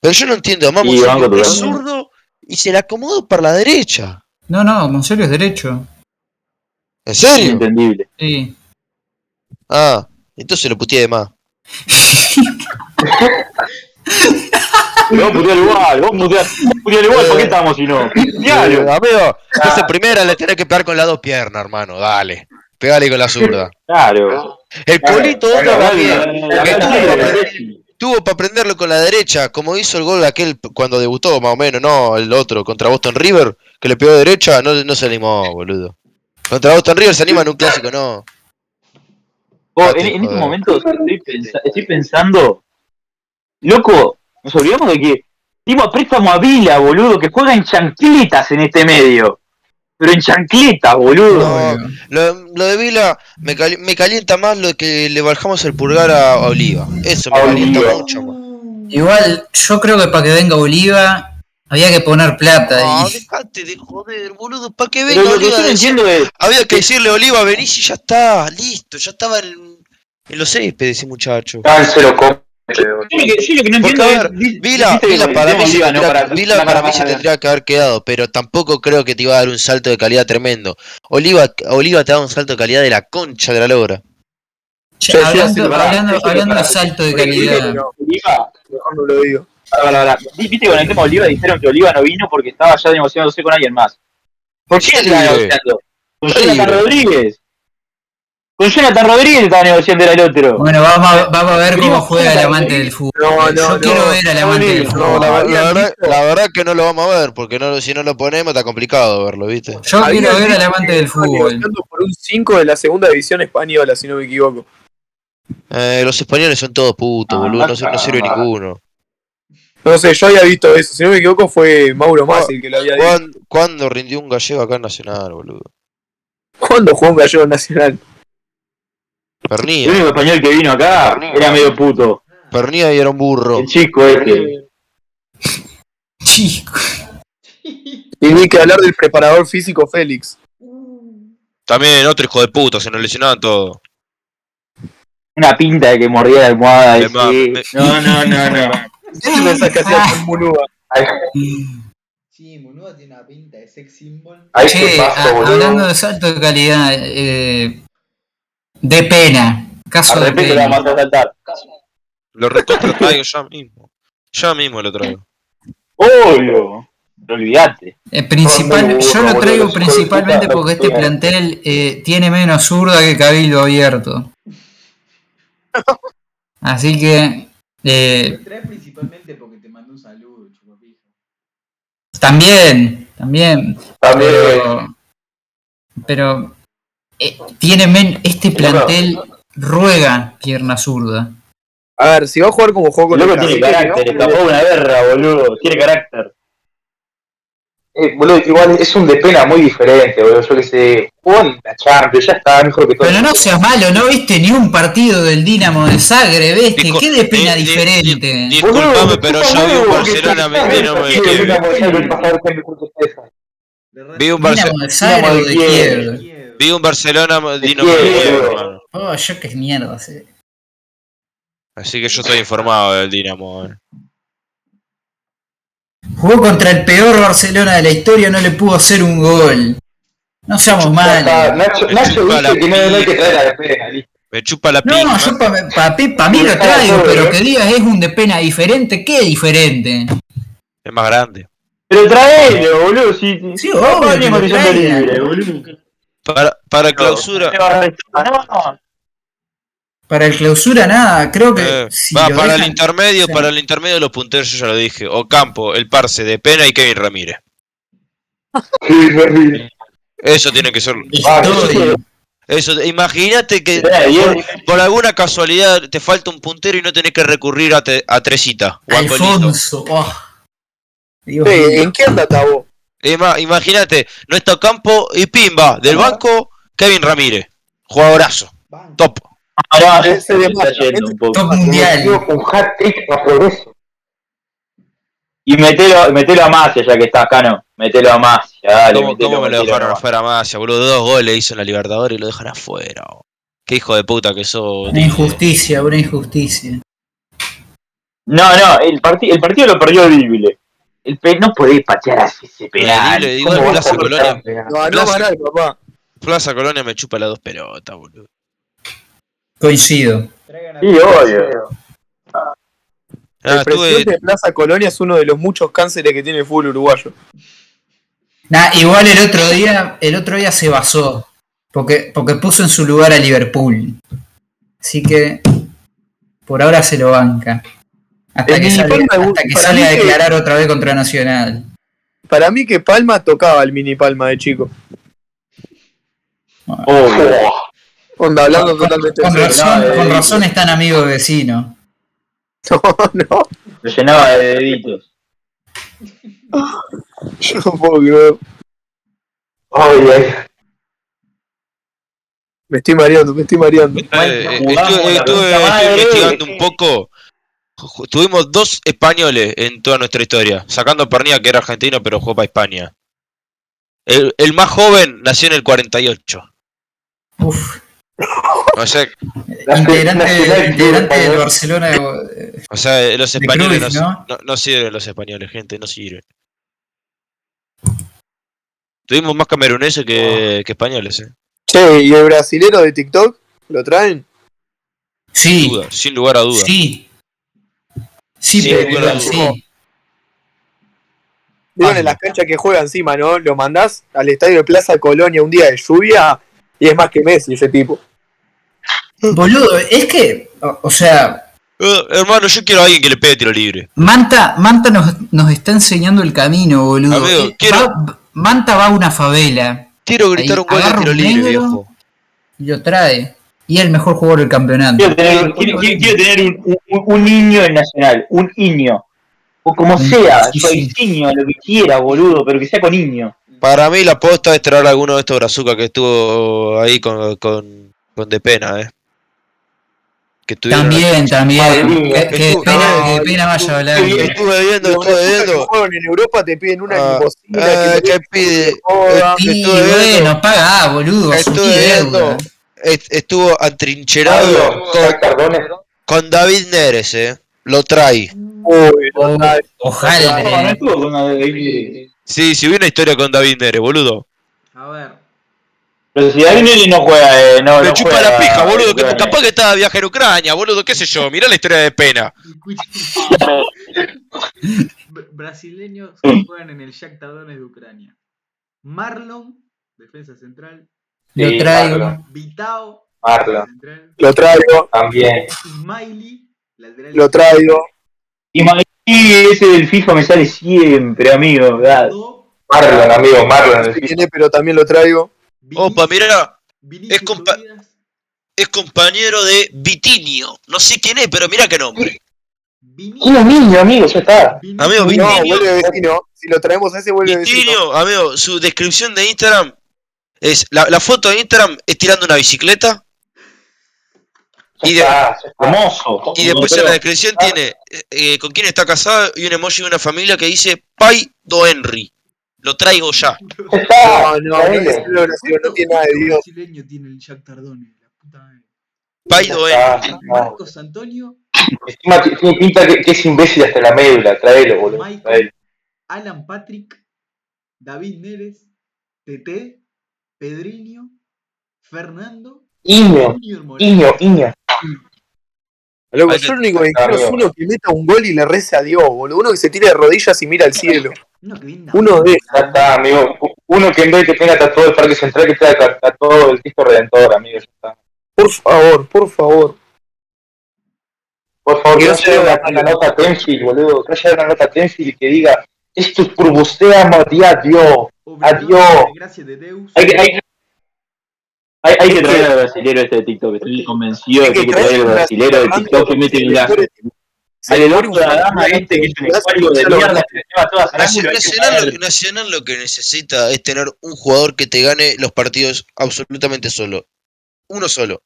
[SPEAKER 4] Pero yo no entiendo, vamos,
[SPEAKER 1] Y banco
[SPEAKER 4] es
[SPEAKER 1] totalmente.
[SPEAKER 4] zurdo y se la acomodo para la derecha.
[SPEAKER 3] No, no, Monserio es derecho.
[SPEAKER 4] ¿En serio?
[SPEAKER 1] Inentendible.
[SPEAKER 3] Sí.
[SPEAKER 4] Ah, entonces lo puteé de más.
[SPEAKER 1] Vos putear igual, vos putear, putear igual, ¿por qué estamos si no? Diario.
[SPEAKER 4] Eh, amigo, esa primera le tenés que pegar con las dos piernas, hermano, dale. Pegale con la zurda.
[SPEAKER 1] Claro.
[SPEAKER 4] El
[SPEAKER 6] Claro,
[SPEAKER 4] culito de
[SPEAKER 6] claro,
[SPEAKER 4] otro
[SPEAKER 6] claro,
[SPEAKER 4] también.
[SPEAKER 6] claro,
[SPEAKER 4] que
[SPEAKER 6] claro,
[SPEAKER 4] tuvo,
[SPEAKER 6] claro.
[SPEAKER 4] tuvo para prenderlo con la derecha, como hizo el gol aquel p- cuando debutó, más o menos, no, el otro, contra Boston River, que le pegó de derecha, no, no se animó, boludo. Contra Boston River se anima en un clásico, no.
[SPEAKER 1] Vos, en, en estos momentos estoy, pensa- estoy pensando, loco, nos olvidamos de que tipo a préstamo a Vila, boludo, que juega en chancletas en este medio. Pero en chancletas, boludo.
[SPEAKER 4] No, Lo, lo de Vila me, cali- me calienta más lo que le bajamos el pulgar a, a Oliva. Eso me
[SPEAKER 1] A
[SPEAKER 4] calienta
[SPEAKER 1] Oliva.
[SPEAKER 4] mucho más.
[SPEAKER 3] Igual, yo creo que para que venga Oliva había que poner plata
[SPEAKER 4] No,
[SPEAKER 3] y...
[SPEAKER 4] Ah, dejate de joder, boludo, para que venga
[SPEAKER 1] Pero lo que
[SPEAKER 4] Oliva.
[SPEAKER 1] yo no
[SPEAKER 4] decir-
[SPEAKER 1] entiendo es,
[SPEAKER 4] Había que decirle Oliva, venís y ya está, listo, ya estaba en, en los seis, ese muchacho.
[SPEAKER 6] Estaban cero
[SPEAKER 1] Yo lo que, yo lo que no
[SPEAKER 4] Porque,
[SPEAKER 1] entiendo
[SPEAKER 4] a ver,
[SPEAKER 1] es. di-
[SPEAKER 4] Vila,
[SPEAKER 1] dijiste que
[SPEAKER 4] Vila para mí
[SPEAKER 1] Demon
[SPEAKER 4] se
[SPEAKER 1] Liga, ¿no?
[SPEAKER 4] tendría- Vila
[SPEAKER 1] la-
[SPEAKER 4] para mí se tendría que haber quedado, pero tampoco creo que te iba a dar un salto de calidad tremendo. Oliva, Oliva te da un salto de calidad de la concha de la logra.
[SPEAKER 3] Che,
[SPEAKER 5] Yo decía
[SPEAKER 3] hablando,
[SPEAKER 5] así, pará,
[SPEAKER 3] hablando-
[SPEAKER 5] yo decía,
[SPEAKER 3] hablando de
[SPEAKER 5] pará,
[SPEAKER 3] salto de
[SPEAKER 5] Porque dije que
[SPEAKER 3] calidad.
[SPEAKER 5] no,
[SPEAKER 1] Oliva,
[SPEAKER 5] mejor no lo digo.
[SPEAKER 1] pará, pará, pará. Di- Viste que con el tema de Oliva dijeron que Oliva no vino porque estaba ya negociándose con alguien más. ¿Por qué
[SPEAKER 4] Sí,
[SPEAKER 1] estaba
[SPEAKER 4] libre.
[SPEAKER 1] negociando? Con
[SPEAKER 4] Sí,
[SPEAKER 1] Jonathan
[SPEAKER 4] libre.
[SPEAKER 1] Rodríguez. Con Jonathan Rodríguez estaba negociando el otro.
[SPEAKER 3] Bueno, vamos a, vamos a ver cómo
[SPEAKER 1] Primero,
[SPEAKER 3] juega el
[SPEAKER 1] sí,
[SPEAKER 3] amante
[SPEAKER 1] sí.
[SPEAKER 3] del fútbol.
[SPEAKER 5] No, no,
[SPEAKER 3] Yo
[SPEAKER 5] no.
[SPEAKER 3] quiero ver al amante del fútbol.
[SPEAKER 5] No, la
[SPEAKER 4] La,
[SPEAKER 5] habían
[SPEAKER 4] verdad,
[SPEAKER 5] dicho-
[SPEAKER 4] la verdad que no lo vamos a ver, porque no, lo- si no lo ponemos está complicado verlo, ¿viste?
[SPEAKER 3] Yo
[SPEAKER 5] habían
[SPEAKER 3] quiero ver
[SPEAKER 5] dicho
[SPEAKER 3] al amante
[SPEAKER 5] que
[SPEAKER 3] del
[SPEAKER 5] estaban
[SPEAKER 3] fútbol.
[SPEAKER 5] negociando por un 5 de la segunda división española, si no me equivoco.
[SPEAKER 4] Eh, los españoles son todos putos,
[SPEAKER 1] Ah,
[SPEAKER 4] boludo, no, se- no sirve
[SPEAKER 1] ah.
[SPEAKER 4] ninguno.
[SPEAKER 5] No sé, yo había visto eso. Si no me equivoco, fue Mauro Masi el que lo había dicho.
[SPEAKER 4] ¿Cuándo, cuándo rindió un gallego acá en Nacional, boludo?
[SPEAKER 5] ¿Cuándo jugó un gallego nacional?
[SPEAKER 1] El
[SPEAKER 4] Pernía,
[SPEAKER 1] único español que vino acá era medio puto.
[SPEAKER 4] Pernía y era un burro.
[SPEAKER 1] El chico este.
[SPEAKER 3] Chico.
[SPEAKER 5] Y ni que hablar del preparador físico Félix.
[SPEAKER 4] También otro hijo de puta, se nos lesionaban todos.
[SPEAKER 1] Una pinta de que mordía la almohada.
[SPEAKER 4] Es más,
[SPEAKER 1] sí.
[SPEAKER 4] me-
[SPEAKER 1] No, no, no, no.
[SPEAKER 5] ¿Qué te pensás que hacía con Munúa?
[SPEAKER 2] Sí, Munúa tiene una pinta de sex symbol.
[SPEAKER 6] Ahí
[SPEAKER 3] Che,
[SPEAKER 4] ah,
[SPEAKER 6] fue paso,
[SPEAKER 3] a- hablando
[SPEAKER 6] boludo.
[SPEAKER 3] de salto de calidad, eh, de pena. Caso
[SPEAKER 1] Al
[SPEAKER 3] de
[SPEAKER 1] repente la
[SPEAKER 3] pena.
[SPEAKER 1] mandó a saltar.
[SPEAKER 4] Lo <laughs> recontra traigo ya mismo. Ya mismo lo traigo.
[SPEAKER 1] ¡Obvio! No olvidaste.
[SPEAKER 3] Eh, principal,
[SPEAKER 6] Cuando
[SPEAKER 3] yo lo
[SPEAKER 6] uno,
[SPEAKER 3] traigo
[SPEAKER 6] boludo,
[SPEAKER 3] principalmente
[SPEAKER 6] los
[SPEAKER 3] porque este
[SPEAKER 6] jugadores.
[SPEAKER 3] plantel eh, tiene menos zurda que Cabildo Abierto. Así que eh,
[SPEAKER 2] Lo trae principalmente porque te mandó un saludo, chupapija.
[SPEAKER 3] también, también,
[SPEAKER 6] También,
[SPEAKER 3] pero, pero eh, tiene men- este plantel ruega pierna zurda.
[SPEAKER 5] A ver, si va a jugar como juego con
[SPEAKER 1] El loco
[SPEAKER 5] el
[SPEAKER 1] tiene
[SPEAKER 5] Cacique,
[SPEAKER 1] carácter,
[SPEAKER 5] ¿no?
[SPEAKER 1] escapó de una guerra, boludo. Tiene carácter.
[SPEAKER 6] eh, boludo, igual es un de pena muy diferente, boludo. Yo que sé, jugó en la Champions, ya está mejor que todo.
[SPEAKER 3] Pero no seas malo, no viste ni un partido del Dinamo de Zagreb, este,
[SPEAKER 4] Discul-
[SPEAKER 3] qué de pena
[SPEAKER 4] eh, di- di- di-
[SPEAKER 3] diferente.
[SPEAKER 4] Disculpame, pero yo vi un Barcelona Dinamo de Kiev.
[SPEAKER 2] Le re-
[SPEAKER 4] Vi un Barce-
[SPEAKER 3] Dinamo de Zagreb o de
[SPEAKER 6] Dinamo de Kiev.
[SPEAKER 1] Eh.
[SPEAKER 3] Kiev.
[SPEAKER 2] Kiev.
[SPEAKER 4] vi un Barcelona
[SPEAKER 6] De
[SPEAKER 4] Dinamo de
[SPEAKER 6] Kiev,
[SPEAKER 4] Kiev,
[SPEAKER 6] boludo.
[SPEAKER 4] hermano.
[SPEAKER 3] Oh, yo qué mierda sé.
[SPEAKER 4] Así que yo estoy informado del Dinamo. eh.
[SPEAKER 3] Jugó contra el peor Barcelona de la historia, no le pudo hacer un gol. No seamos malos.
[SPEAKER 6] Nacho,
[SPEAKER 4] Me
[SPEAKER 6] Nacho
[SPEAKER 4] chupa la
[SPEAKER 6] dice que no, no hay que
[SPEAKER 4] pija.
[SPEAKER 6] traer a la pena, listo.
[SPEAKER 4] Me chupa la
[SPEAKER 3] No,
[SPEAKER 4] pinta.
[SPEAKER 3] yo para mí lo traigo, pero que digas es un de pena diferente, ¿qué diferente?
[SPEAKER 4] Es más grande.
[SPEAKER 1] Pero traelo, boludo. Si.
[SPEAKER 3] Sí,
[SPEAKER 1] no
[SPEAKER 3] obvio,
[SPEAKER 1] ponemos
[SPEAKER 3] que lo
[SPEAKER 1] que son
[SPEAKER 3] traigan.
[SPEAKER 1] libres, boludo.
[SPEAKER 4] Para, para clausura.
[SPEAKER 1] No, no.
[SPEAKER 3] Para el clausura nada, creo que
[SPEAKER 4] eh,
[SPEAKER 3] si
[SPEAKER 4] va,
[SPEAKER 3] lo
[SPEAKER 4] para el
[SPEAKER 3] dejan-
[SPEAKER 4] intermedio,
[SPEAKER 3] sí.
[SPEAKER 4] para el intermedio de los punteros, yo ya lo dije. Ocampo, el Parse de Pena y Kevin Ramírez.
[SPEAKER 6] Sí, sí,
[SPEAKER 4] Eso tiene que ser.
[SPEAKER 3] Historia.
[SPEAKER 4] Eso, imagínate que
[SPEAKER 1] Era bien.
[SPEAKER 4] por alguna casualidad te falta un puntero y no tenés que recurrir a, te- a Tresita o a Colito.
[SPEAKER 3] Alfonso. oh. Dios
[SPEAKER 5] Che,
[SPEAKER 3] mío.
[SPEAKER 5] ¿En qué anda Tabo?
[SPEAKER 4] Ima- Imagínate, no está Ocampo y Pimba, del banco, Kevin Ramírez. Jugadorazo,
[SPEAKER 2] Banco.
[SPEAKER 4] top.
[SPEAKER 1] Ahora
[SPEAKER 5] Ese
[SPEAKER 1] se
[SPEAKER 5] de
[SPEAKER 1] está
[SPEAKER 5] Maya,
[SPEAKER 1] yendo
[SPEAKER 5] ese-
[SPEAKER 1] un poco.
[SPEAKER 3] Top
[SPEAKER 6] sí.
[SPEAKER 3] mundial.
[SPEAKER 6] Digo, Un hat-trick a progreso.
[SPEAKER 1] Y metelo, metelo a Macia, ya que está acá, no. Metelo a Macia, dale.
[SPEAKER 4] ¿Cómo,
[SPEAKER 1] metelo,
[SPEAKER 4] cómo me lo
[SPEAKER 1] metelo
[SPEAKER 4] dejaron
[SPEAKER 1] a Macia.
[SPEAKER 4] afuera más? Boludo, dos goles hizo en la Libertadores y lo dejan afuera. bo. Qué hijo de puta que sos.
[SPEAKER 3] Una injusticia, una injusticia.
[SPEAKER 1] No, no, el, parti- el partido lo perdió Díbile. El pe- no podés patear así ese penal.
[SPEAKER 4] Díbile,
[SPEAKER 1] ¿Cómo vas
[SPEAKER 4] igual Plaza
[SPEAKER 1] a cortar
[SPEAKER 4] Colonia.
[SPEAKER 1] un penal?
[SPEAKER 5] No, no
[SPEAKER 4] Plaza.
[SPEAKER 5] ganar, papá.
[SPEAKER 4] Plaza Colonia me chupa las dos pelotas, boludo.
[SPEAKER 3] Coincido.
[SPEAKER 2] Traigan a
[SPEAKER 1] Sí, obvio.
[SPEAKER 4] Ah,
[SPEAKER 5] el
[SPEAKER 4] estuve,
[SPEAKER 5] presidente de Plaza Colonia es uno de los muchos cánceres que tiene el fútbol uruguayo.
[SPEAKER 3] Nah, igual el otro día, el otro día se basó. Porque, porque puso en su lugar a Liverpool. Así que por ahora se lo banca. Hasta
[SPEAKER 5] En
[SPEAKER 3] que
[SPEAKER 5] mi
[SPEAKER 3] salga,
[SPEAKER 5] forma de-
[SPEAKER 3] hasta que
[SPEAKER 5] para
[SPEAKER 3] salga
[SPEAKER 5] mí
[SPEAKER 3] a
[SPEAKER 5] que-
[SPEAKER 3] declarar otra vez contra Nacional.
[SPEAKER 5] Para mí que Palma tocaba el mini Palma de chico.
[SPEAKER 1] Obvio.
[SPEAKER 5] Onda, hablando
[SPEAKER 3] Con,
[SPEAKER 5] totalmente
[SPEAKER 3] con
[SPEAKER 5] en serio.
[SPEAKER 3] razón,
[SPEAKER 1] no, eh,
[SPEAKER 3] con razón es tan amigo de vecino.
[SPEAKER 5] <laughs> No, no.
[SPEAKER 1] Lo llenaba de deditos.
[SPEAKER 5] Yo no puedo creer.
[SPEAKER 6] Ay, ay.
[SPEAKER 5] Me estoy mareando, me estoy mareando.
[SPEAKER 4] eh, eh,
[SPEAKER 1] Jugamos
[SPEAKER 4] estuve-
[SPEAKER 1] la
[SPEAKER 4] estuve-
[SPEAKER 1] puta madre.
[SPEAKER 4] estuve investigando un poco. Ju- Tuvimos dos españoles en toda nuestra historia, sacando a Pernilla que era argentino pero jugó para España. El, el más joven nació en el 48.
[SPEAKER 3] Uf,
[SPEAKER 4] O sea,
[SPEAKER 3] Integrante,
[SPEAKER 6] Nacional Club
[SPEAKER 3] integrante del
[SPEAKER 6] Español.
[SPEAKER 3] Barcelona. eh,
[SPEAKER 4] o sea, eh, los
[SPEAKER 3] De
[SPEAKER 4] españoles
[SPEAKER 3] Cruyff,
[SPEAKER 4] no,
[SPEAKER 3] ¿no?
[SPEAKER 4] no- no sirven los españoles, gente, no sirven. Tuvimos más cameruneses que, que españoles, eh.
[SPEAKER 5] Che, ¿y el brasilero de TikTok? ¿Lo traen?
[SPEAKER 3] Sí,
[SPEAKER 4] Duda, sin lugar a dudas.
[SPEAKER 3] sí. Sí,
[SPEAKER 4] Sí,
[SPEAKER 3] pero
[SPEAKER 4] duda.
[SPEAKER 3] sí.
[SPEAKER 5] Digo,
[SPEAKER 3] Ah,
[SPEAKER 5] en las canchas que juega encima, ¿no? Lo mandás al estadio de Plaza Colonia un día de lluvia y es más que Messi ese tipo.
[SPEAKER 3] Boludo, es que, o, o sea,
[SPEAKER 4] Eh, hermano, yo quiero a alguien que le pegue tiro libre.
[SPEAKER 3] Manta, Manta nos, nos está enseñando el camino, boludo.
[SPEAKER 4] Amigo,
[SPEAKER 3] Eh,
[SPEAKER 4] quiero-
[SPEAKER 3] va- Manta va a una favela,
[SPEAKER 4] Quiero gritar
[SPEAKER 3] Ahí,
[SPEAKER 4] un gol de
[SPEAKER 3] agarra
[SPEAKER 4] tiro
[SPEAKER 3] un
[SPEAKER 4] libre,
[SPEAKER 3] negro.
[SPEAKER 4] viejo.
[SPEAKER 3] lo trae y es el mejor jugador del campeonato.
[SPEAKER 1] Quiero tener, quiero- quiero- quiero tener un, un, un niño en Nacional, un niño. O como
[SPEAKER 3] Sí,
[SPEAKER 1] sea,
[SPEAKER 3] sí,
[SPEAKER 1] soy niño, lo que quiera, boludo, pero que sea con niño.
[SPEAKER 4] Para mí la posta es traer a alguno de estos brazucas que estuvo ahí con, con, con De Pena, eh. Que estuvieron-
[SPEAKER 3] También,
[SPEAKER 6] Madre
[SPEAKER 3] también.
[SPEAKER 6] mía,
[SPEAKER 3] Que, que
[SPEAKER 4] tú-
[SPEAKER 3] pena,
[SPEAKER 5] no,
[SPEAKER 3] que pena vaya a hablar.
[SPEAKER 4] Estuve, estuve viendo,
[SPEAKER 5] Los
[SPEAKER 4] estuve
[SPEAKER 5] brazucas que
[SPEAKER 4] viendo.
[SPEAKER 5] juegan en Europa te piden una
[SPEAKER 4] Ah,
[SPEAKER 5] limosina,
[SPEAKER 4] eh,
[SPEAKER 5] que te
[SPEAKER 4] que pide.
[SPEAKER 5] joda.
[SPEAKER 4] que
[SPEAKER 3] Sí,
[SPEAKER 4] estuve viendo.
[SPEAKER 3] bueno, paga, boludo.
[SPEAKER 4] Estuve
[SPEAKER 3] asumí
[SPEAKER 4] viendo.
[SPEAKER 3] deuda.
[SPEAKER 4] est- Estuvo atrincherado
[SPEAKER 6] Pablo,
[SPEAKER 4] con,
[SPEAKER 6] Jack Cardone.
[SPEAKER 4] con David Neres, eh. Lo trae.
[SPEAKER 5] Uy, no,
[SPEAKER 3] O-
[SPEAKER 5] dale.
[SPEAKER 1] No, no
[SPEAKER 3] ojalá. eh,
[SPEAKER 1] estuvo con una de-
[SPEAKER 4] Sí, si hubo una historia con David Neres, boludo.
[SPEAKER 2] A ver,
[SPEAKER 1] Pero si David Nelly no juega, eh, no,
[SPEAKER 4] Me
[SPEAKER 1] no
[SPEAKER 4] chupa
[SPEAKER 1] juega,
[SPEAKER 4] la pija, boludo. Que
[SPEAKER 1] Ucrania.
[SPEAKER 4] capaz que estaba de viaje en Ucrania, boludo. ¿Qué sé yo? Mirá la historia de Pena.
[SPEAKER 2] escuchen. Br- Brasileños que juegan en el Jack Tardones de Ucrania. Marlon, defensa central.
[SPEAKER 3] Lo
[SPEAKER 6] Sí,
[SPEAKER 3] traigo.
[SPEAKER 6] Marlon.
[SPEAKER 2] Vitao, defensa
[SPEAKER 6] Marlon,
[SPEAKER 2] central.
[SPEAKER 5] lo traigo,
[SPEAKER 6] también.
[SPEAKER 2] Ismaili, lateral.
[SPEAKER 5] lo traigo.
[SPEAKER 1] Y Magui, ese del FIFA me sale siempre, amigo. ¿verdad?
[SPEAKER 2] izquierdo.
[SPEAKER 6] Marlon, amigo, Marlon.
[SPEAKER 5] No sé
[SPEAKER 6] el
[SPEAKER 5] quién es, pero también lo traigo.
[SPEAKER 2] Vinicius-
[SPEAKER 4] Opa, mirá.
[SPEAKER 2] Vinicius
[SPEAKER 4] es compa-
[SPEAKER 2] Juniors,
[SPEAKER 4] Es compañero de Vitinio. No sé quién es, pero mirá qué nombre.
[SPEAKER 2] Vinicius-
[SPEAKER 6] Uno niño, amigo, ya está.
[SPEAKER 2] Vinicius-
[SPEAKER 4] Amigo,
[SPEAKER 5] No,
[SPEAKER 4] Vitinho.
[SPEAKER 5] vuelve vecino. Si lo traemos a ese, vuelve vecino.
[SPEAKER 4] Vitinio, amigo, su descripción de Instagram es. La, la foto de Instagram es tirando una bicicleta.
[SPEAKER 6] Ya
[SPEAKER 4] Y de-
[SPEAKER 6] está, ya está.
[SPEAKER 1] Hermoso.
[SPEAKER 4] Y después en la descripción tiene eh, eh, con quién está casado y un emoji de una familia que dice Pai do Henry. Lo traigo ya.
[SPEAKER 6] Ya está.
[SPEAKER 5] No, no, no,
[SPEAKER 6] Ahí.
[SPEAKER 5] es el brasileño, no tiene nada de
[SPEAKER 2] ¿Cuánto
[SPEAKER 5] Dios.
[SPEAKER 2] brasileño tiene el Jack Tardones? La puta madre.
[SPEAKER 4] Pai do
[SPEAKER 6] Ya
[SPEAKER 4] Henry.
[SPEAKER 6] está, ya está.
[SPEAKER 2] Marcos Antonio,
[SPEAKER 6] Encima t- tiene pinta que, que es imbécil hasta la médula. Traelo, boludo.
[SPEAKER 2] Michael.
[SPEAKER 6] traelo.
[SPEAKER 2] Alan Patrick, David Neres, TT, Pedrinho, Fernando,
[SPEAKER 6] Iño,
[SPEAKER 2] Junior Moreno.
[SPEAKER 6] Iño, Iño.
[SPEAKER 5] Loco,
[SPEAKER 4] Hay que-
[SPEAKER 5] yo lo único que quiero es
[SPEAKER 6] Arriba.
[SPEAKER 5] uno que meta un gol y le rece a Dios, boludo. Uno que se tire de rodillas y mira al cielo.
[SPEAKER 2] Uno que viene
[SPEAKER 5] Uno de-
[SPEAKER 6] Ya está, amigo. U- Uno que en vez de que tenga tatuado el Parque Central, que tenga tatuado el Cristo Redentor, amigo. Ya está.
[SPEAKER 5] Por favor, por favor.
[SPEAKER 6] Por favor,
[SPEAKER 5] Que
[SPEAKER 6] que
[SPEAKER 5] no
[SPEAKER 6] no
[SPEAKER 5] se
[SPEAKER 6] sea
[SPEAKER 5] vea
[SPEAKER 6] una, una nota Tenfield, boludo. Que no sea una nota Tenfield que diga, esto es por usted, amo, di adiós. Adiós.
[SPEAKER 2] Gracias de Deus.
[SPEAKER 1] Hay que, hay, que- hay, hay que traer al brasilero este de TikTok. Estoy convencido de que hay que traer al brasilero de TikTok que mete un lazo. Al el otro de la dama este que es un escuadro de mierda que se lleva todas las
[SPEAKER 4] Nacional,
[SPEAKER 1] ángulas.
[SPEAKER 4] Nacional lo, Nacional lo que necesita es tener un jugador que te gane los partidos absolutamente solo. Uno solo.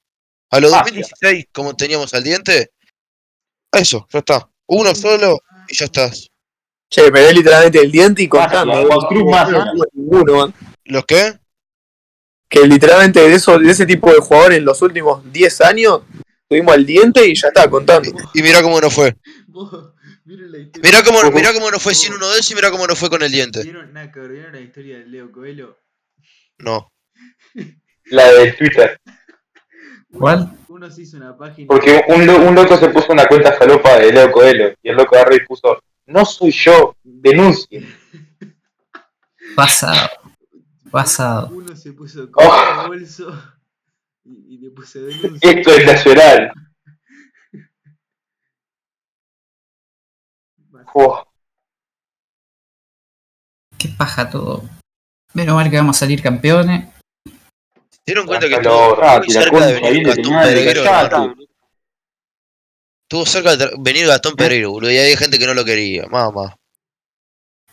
[SPEAKER 4] A los
[SPEAKER 1] Fácil.
[SPEAKER 4] 2016, como teníamos al diente, eso, ya está. Uno solo y ya estás.
[SPEAKER 5] Che, pero es literalmente el diente y contando.
[SPEAKER 1] Juan Cruz Maza.
[SPEAKER 5] Ninguno, man.
[SPEAKER 4] ¿Los qué?
[SPEAKER 5] Que literalmente de, eso, de ese tipo de jugadores en los últimos 10 años tuvimos al diente y ya está contando.
[SPEAKER 4] Y mirá cómo no fue.
[SPEAKER 2] Vos, vieron la historia.
[SPEAKER 4] Mirá cómo, mirá cómo no fue sin uno de esos y mirá cómo no fue con el diente.
[SPEAKER 2] ¿Vieron, nada, cabrón, ¿vieron la historia de Leo Coelho?
[SPEAKER 4] No.
[SPEAKER 6] La de Twitter.
[SPEAKER 3] ¿Cuál?
[SPEAKER 2] Uno se hizo una página.
[SPEAKER 6] Porque un, lo- un loco se puso una cuenta falopa de Leo Coelho. Y el loco agarró y puso, no soy yo, denuncie.
[SPEAKER 3] Pasado. Pasado.
[SPEAKER 2] <laughs> Uno se puso con
[SPEAKER 6] Oh.
[SPEAKER 2] el bolso y, y le puse denuncia.
[SPEAKER 6] Esto es nacional. Oh,
[SPEAKER 3] Qué paja todo. Menos mal que vamos a salir campeones.
[SPEAKER 4] ¿Se dieron cuenta que
[SPEAKER 6] Bájalo,
[SPEAKER 4] estuvo
[SPEAKER 1] Ah,
[SPEAKER 4] muy
[SPEAKER 1] que la
[SPEAKER 4] cerca de
[SPEAKER 1] concha
[SPEAKER 4] venir
[SPEAKER 1] viene
[SPEAKER 4] Gastón
[SPEAKER 1] tenía de
[SPEAKER 4] Pereiro? hermano?
[SPEAKER 1] callata.
[SPEAKER 4] Estuvo cerca de tra- venir Gastón Pereiro, boludo. Y hay gente que no lo quería. Mamá.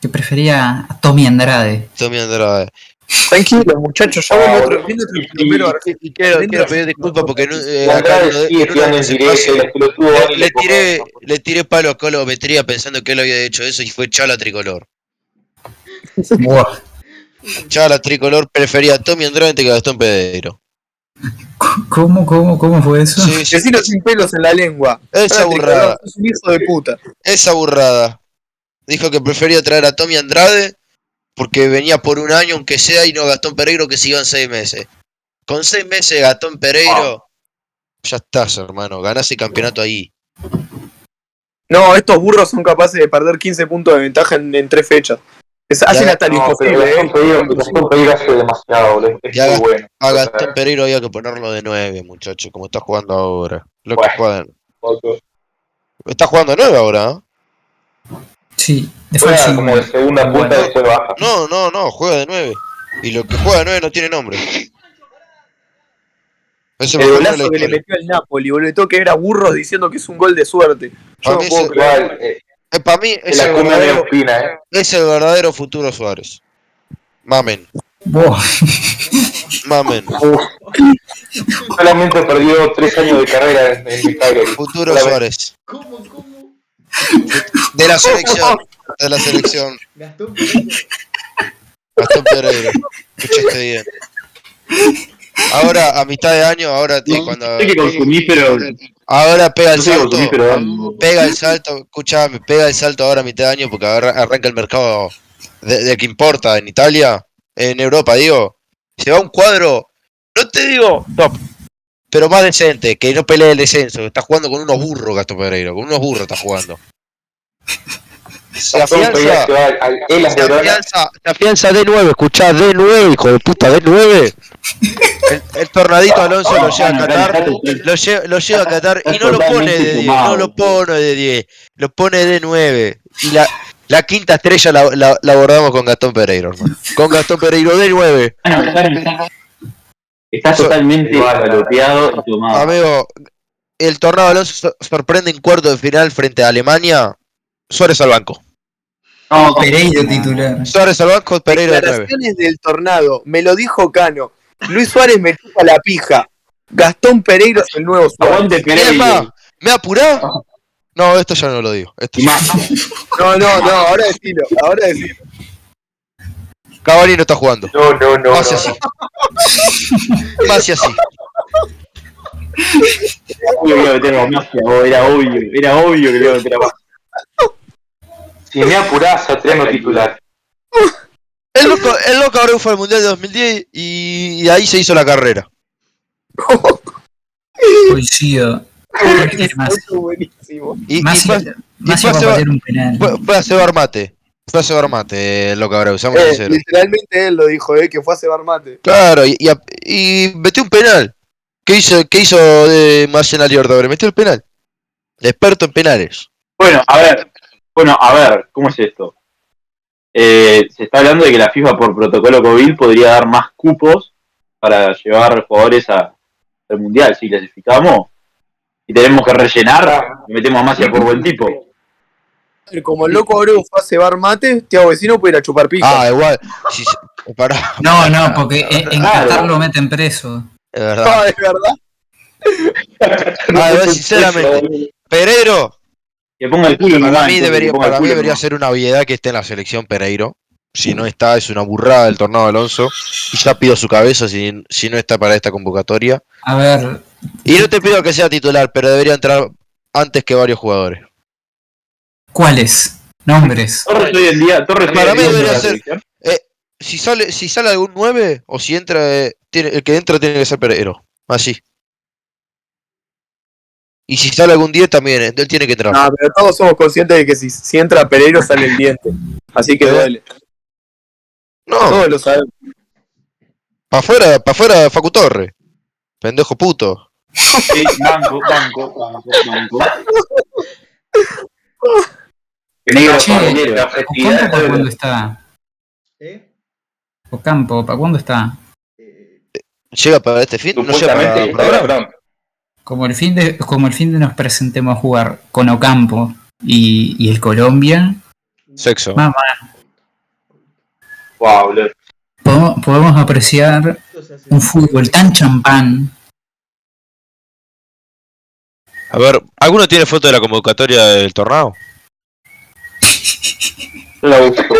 [SPEAKER 3] Que prefería a Tommy Andrade.
[SPEAKER 4] Tommy Andrade.
[SPEAKER 5] Tranquilo, muchachos, ya vuelvo otro. viene otro plomero a ver.
[SPEAKER 4] Y quiero,
[SPEAKER 5] Venga,
[SPEAKER 4] quiero pedir
[SPEAKER 5] no,
[SPEAKER 4] disculpas
[SPEAKER 5] no,
[SPEAKER 4] porque
[SPEAKER 5] no,
[SPEAKER 4] no-
[SPEAKER 5] no,
[SPEAKER 4] eh,
[SPEAKER 6] la
[SPEAKER 4] acá
[SPEAKER 6] verdad
[SPEAKER 4] en uno de-
[SPEAKER 6] sí,
[SPEAKER 4] en uno de
[SPEAKER 6] en el
[SPEAKER 4] los
[SPEAKER 6] directo,
[SPEAKER 4] espacios
[SPEAKER 6] la pelotuda.
[SPEAKER 4] le, le tiré, le tiré palo a Colo Petría pensando que él había hecho eso y fue Chala Tricolor.
[SPEAKER 3] Buah.
[SPEAKER 4] Chala Tricolor prefería a Tommy Andrade que a Gastón Pereiro.
[SPEAKER 3] ¿Cómo, cómo, cómo fue eso?
[SPEAKER 4] Sí, sí.
[SPEAKER 5] Decirlo sin pelos en la lengua.
[SPEAKER 4] Esa
[SPEAKER 5] Ahora te
[SPEAKER 4] burrada.
[SPEAKER 5] cagás, sos un hijo de puta.
[SPEAKER 4] Esa burrada. Dijo que prefería traer a Tommy Andrade porque venía por un año, aunque sea, y no Gastón Pereiro que sigan seis meses. Con seis meses, Gastón Pereiro. Ya estás, hermano. Ganás el campeonato ahí.
[SPEAKER 5] No, estos burros son capaces de perder 15 puntos de ventaja en, en tres fechas. Es- hacen hasta el
[SPEAKER 6] No, pero
[SPEAKER 5] imposible,
[SPEAKER 6] Gastón
[SPEAKER 5] ¿eh?
[SPEAKER 6] Pereira- Gastón Pereira hace demasiado, boludo. Es
[SPEAKER 4] Ya
[SPEAKER 6] muy
[SPEAKER 4] Gastón-
[SPEAKER 6] bueno.
[SPEAKER 4] A Ah, Gastón Pereiro había que ponerlo de nueve, muchacho, como está jugando ahora. Lo que
[SPEAKER 6] Bueno.
[SPEAKER 4] juegan.
[SPEAKER 6] Otro.
[SPEAKER 4] Está jugando de nueve ahora, ¿eh? ¿no?
[SPEAKER 3] Sí, de
[SPEAKER 6] Juega
[SPEAKER 3] fácil.
[SPEAKER 6] como de segunda punta
[SPEAKER 3] Bueno.
[SPEAKER 6] y después
[SPEAKER 1] Ah.
[SPEAKER 6] baja.
[SPEAKER 4] No, no, no, juega de 9. Y lo que juega de 9 no tiene nombre. Ese
[SPEAKER 5] El
[SPEAKER 4] fue el
[SPEAKER 5] golazo que le metió al Napoli, boludo. Todo que era burros diciendo que es un gol de suerte. Yo
[SPEAKER 4] Para
[SPEAKER 5] no
[SPEAKER 4] mí
[SPEAKER 5] puedo
[SPEAKER 4] ese-
[SPEAKER 5] creer.
[SPEAKER 6] Igual, eh,
[SPEAKER 4] Para mí
[SPEAKER 6] en
[SPEAKER 4] es
[SPEAKER 6] la
[SPEAKER 4] el,
[SPEAKER 6] cuna de
[SPEAKER 4] verdadero,
[SPEAKER 6] Ospina, eh.
[SPEAKER 4] es el verdadero futuro Suárez. Mamen,
[SPEAKER 3] Vos.
[SPEAKER 4] mamen.
[SPEAKER 6] Solamente perdió tres años de carrera en en Cagliari.
[SPEAKER 4] Futuro
[SPEAKER 6] La-
[SPEAKER 4] Suárez.
[SPEAKER 2] ¿Cómo, cómo?
[SPEAKER 4] De la selección. De la selección.
[SPEAKER 2] Gastón Pereira.
[SPEAKER 4] Gastón Pereira. Escuchaste bien. Ahora, a mitad de año, ahora te- cuando.
[SPEAKER 1] sé que consumí, pero.
[SPEAKER 4] Ahora pega el
[SPEAKER 1] No sé que
[SPEAKER 4] salto.
[SPEAKER 1] consumí, pero.
[SPEAKER 4] Pega el salto, escuchame, pega el salto ahora a mitad de año porque agarra- arranca el mercado de, de que importa en Italia, en Europa, digo. Se va un cuadro, no te digo top, pero más decente, que no pelee el descenso. que Está jugando con unos burros, Gastón Pereiro, con unos burros está jugando.
[SPEAKER 6] <laughs>
[SPEAKER 4] Se
[SPEAKER 6] Gastón Pereira
[SPEAKER 4] afianza,
[SPEAKER 6] se va al- al Elas
[SPEAKER 4] se
[SPEAKER 6] de Verona.
[SPEAKER 4] afianza, se afianza de 9, escuchá, de 9, hijo de puta, de 9. El, el tornadito Alonso lo lleva a Qatar lo, lle- lo lleva a Qatar y no lo pone de 10, no lo pone de 10, lo pone de 9. Y la, la quinta estrella la, la- la abordamos con Gastón Pereiro, hermano. Con Gastón Pereiro de 9.
[SPEAKER 1] Está totalmente galopeado y tomado.
[SPEAKER 4] Amigo, el tornado Alonso sor- sorprende en cuarto de final frente a Alemania. Suárez al banco.
[SPEAKER 1] No,
[SPEAKER 3] Pereiro titular.
[SPEAKER 4] Suárez al banco, Pereiro de 9.
[SPEAKER 5] Declaraciones del tornado. Me lo dijo Cano. Luis Suárez me chupa la pija. Gastón Pereiro es el nuevo Suárez.
[SPEAKER 1] aguante
[SPEAKER 4] Es más,
[SPEAKER 1] Pereira.
[SPEAKER 4] ¿me apurá? No, esto ya no lo digo. Esto
[SPEAKER 1] Y
[SPEAKER 4] ya-
[SPEAKER 1] más.
[SPEAKER 5] No, no, no. Ahora decilo. Ahora decilo.
[SPEAKER 4] Cavani no está jugando.
[SPEAKER 6] No, no, no.
[SPEAKER 4] Más
[SPEAKER 6] no.
[SPEAKER 4] así. Más así. <laughs>
[SPEAKER 1] Obvio que iba a meter a Magia, vos, era obvio, era obvio que le iba a meter a Magia.
[SPEAKER 6] Si me apurás, Satriano titular.
[SPEAKER 4] El loco, el loco ahora fue al Mundial de 2010 y, y ahí se hizo la carrera.
[SPEAKER 3] Coincido. Más,
[SPEAKER 5] Eso es buenísimo.
[SPEAKER 4] Y, y
[SPEAKER 3] más,
[SPEAKER 4] fue,
[SPEAKER 3] más
[SPEAKER 4] y
[SPEAKER 3] iba
[SPEAKER 4] fue
[SPEAKER 3] a
[SPEAKER 4] a Seba-
[SPEAKER 3] patear un penal.
[SPEAKER 4] fue- fue a cebar mate. Fue a cebar mate, el loco ahora, seamos
[SPEAKER 5] Eh,
[SPEAKER 4] sinceros.
[SPEAKER 5] literalmente él lo dijo, eh, que fue a cebar mate.
[SPEAKER 4] Claro, y, y, a- y metió un penal. ¿Qué hizo, qué hizo de Marcenal Metió el penal. Experto en penales.
[SPEAKER 1] Bueno, a ver, bueno, a ver, ¿cómo es esto? Eh, se está hablando de que la FIFA por protocolo COVID podría dar más cupos para llevar jugadores a- al Mundial. Si clasificamos y tenemos que rellenar, le metemos a Magia por buen tipo.
[SPEAKER 5] Como el loco Abreu fue a cebar mate, Tiago Vecino puede ir a chupar pija.
[SPEAKER 4] Ah, igual. Si se- <laughs> pará,
[SPEAKER 3] No, no, porque
[SPEAKER 4] Ah,
[SPEAKER 3] en, en
[SPEAKER 1] Claro.
[SPEAKER 3] Qatar lo meten preso.
[SPEAKER 4] es
[SPEAKER 5] Ah,
[SPEAKER 4] verdad.
[SPEAKER 5] es verdad.
[SPEAKER 4] Ah, igual, sinceramente, Pereiro,
[SPEAKER 1] Que ponga el culo
[SPEAKER 4] Para
[SPEAKER 1] nomás,
[SPEAKER 4] mí
[SPEAKER 1] entonces,
[SPEAKER 4] debería,
[SPEAKER 1] que ponga el
[SPEAKER 4] para mí
[SPEAKER 1] culo
[SPEAKER 4] debería
[SPEAKER 1] nomás.
[SPEAKER 4] ser una obviedad que esté en la selección Pereiro. Si no está, es una burrada del tornado Alonso. Y ya pido su cabeza si, si no está para esta convocatoria.
[SPEAKER 3] A ver,
[SPEAKER 4] Y no te pido que sea titular, pero debería entrar antes que varios jugadores.
[SPEAKER 3] ¿cuáles? Nombres.
[SPEAKER 1] Torres hoy en día, Torres hoy
[SPEAKER 4] Para
[SPEAKER 1] en
[SPEAKER 4] mí
[SPEAKER 1] día
[SPEAKER 4] debería
[SPEAKER 1] es la
[SPEAKER 4] ser-
[SPEAKER 1] selección.
[SPEAKER 4] Si sale, si sale algún 9 o si entra, eh, tiene- el que entra tiene que ser Pereiro. Así. Y si sale algún 10 también, él tiene que entrar.
[SPEAKER 5] No, pero todos somos conscientes de que si, si entra Pereiro sale el diente. Así que duele.
[SPEAKER 4] No,
[SPEAKER 5] Todos lo sabemos.
[SPEAKER 4] para afuera, para afuera Facu Torre. Pendejo puto.
[SPEAKER 1] Sí, banco, banco, banco, banco.
[SPEAKER 6] Negro
[SPEAKER 3] Che,
[SPEAKER 6] para negro. la
[SPEAKER 3] ¿Ocampo para
[SPEAKER 6] festividad.
[SPEAKER 3] cuándo está?
[SPEAKER 2] ¿Eh?
[SPEAKER 3] ¿Ocampo para cuándo está?
[SPEAKER 2] Eh,
[SPEAKER 4] Llega para este fin, no llega para,
[SPEAKER 6] Supuestamente,
[SPEAKER 4] para ahora.
[SPEAKER 6] perdón,
[SPEAKER 3] Como el fin de, como el fin de nos presentemos a jugar con Ocampo y, y el Colombia,
[SPEAKER 4] Sexo.
[SPEAKER 6] Wow, boludo.
[SPEAKER 3] podemos, podemos apreciar
[SPEAKER 2] esto se hace-
[SPEAKER 3] un fútbol tan champán.
[SPEAKER 4] A ver, ¿alguno tiene foto de la convocatoria del torneo?
[SPEAKER 6] Yo la busco.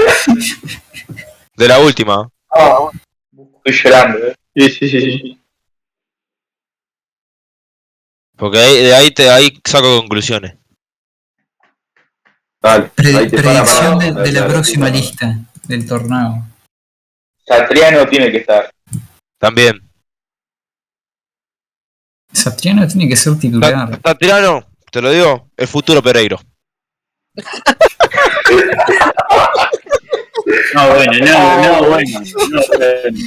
[SPEAKER 4] De la última.
[SPEAKER 6] Ah, bueno. Estoy llorando, eh.
[SPEAKER 1] Sí, sí, sí, sí.
[SPEAKER 4] Porque ahí, de ahí, te, ahí saco conclusiones.
[SPEAKER 1] Dale,
[SPEAKER 3] Pre-
[SPEAKER 1] ahí te para
[SPEAKER 3] predicción
[SPEAKER 1] parado.
[SPEAKER 3] de, de la
[SPEAKER 1] Dale,
[SPEAKER 3] próxima
[SPEAKER 1] dale.
[SPEAKER 3] lista del torneo.
[SPEAKER 1] Satriano tiene que estar.
[SPEAKER 4] También.
[SPEAKER 3] Satriano tiene que ser titular.
[SPEAKER 4] Tatirano, te lo digo, el futuro Pereiro.
[SPEAKER 1] No, bueno, no, no, bueno. No, bueno.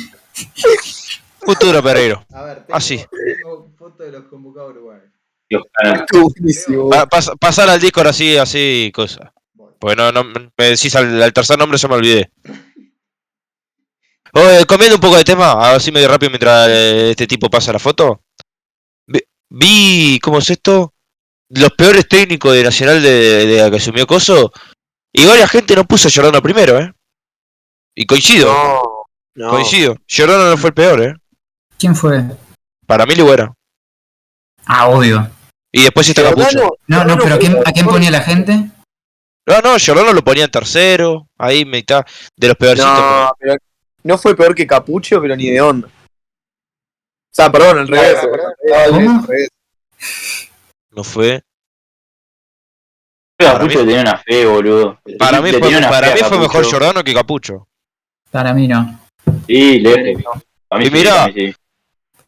[SPEAKER 4] Futuro Pereiro.
[SPEAKER 2] A ver, tengo,
[SPEAKER 4] Ah, sí.
[SPEAKER 2] tengo fotos de los convocados uruguayos.
[SPEAKER 1] Dios, cara.
[SPEAKER 5] buenísimo.
[SPEAKER 4] Pa- pas- pasar al Discord así, así, cosa. Porque no, no me decís al, al tercer nombre, yo me olvidé. Oye, comiendo un poco de tema, así medio rápido mientras eh, este tipo pasa la foto. Vi- Vi, ¿cómo es esto? Los peores técnicos de Nacional de, de la que asumió Coso. Y varias gente no puso a Giordano primero, ¿eh? Y coincido,
[SPEAKER 5] No, no.
[SPEAKER 4] coincido. Giordano no fue el peor, ¿eh?
[SPEAKER 3] ¿Quién fue?
[SPEAKER 4] Para mí lo era.
[SPEAKER 3] Ah, obvio.
[SPEAKER 4] Y después está Capucho.
[SPEAKER 5] Giordano-
[SPEAKER 3] No, no,
[SPEAKER 5] Giordano
[SPEAKER 3] pero ¿a quién,
[SPEAKER 5] fue-
[SPEAKER 3] a quién ponía la gente?
[SPEAKER 4] No, no, Giordano lo ponía en tercero, ahí mitad de los peorcitos.
[SPEAKER 5] No, pero no fue peor que Capucho, pero ni de onda. O sea, perdón, al revés. <laughs>
[SPEAKER 3] ¿Cómo?
[SPEAKER 4] No fue.
[SPEAKER 1] Pero
[SPEAKER 4] Para mí-
[SPEAKER 1] Capucho tenía una fe, boludo.
[SPEAKER 4] Para mí
[SPEAKER 1] Le
[SPEAKER 4] fue,
[SPEAKER 1] tenía una fe
[SPEAKER 4] para
[SPEAKER 1] a
[SPEAKER 4] mí fue
[SPEAKER 1] Capucho.
[SPEAKER 4] mejor Giordano que Capucho.
[SPEAKER 3] Para mí no.
[SPEAKER 1] Sí, le a mí
[SPEAKER 4] Y
[SPEAKER 1] sí,
[SPEAKER 4] mirá.
[SPEAKER 1] a mí sí.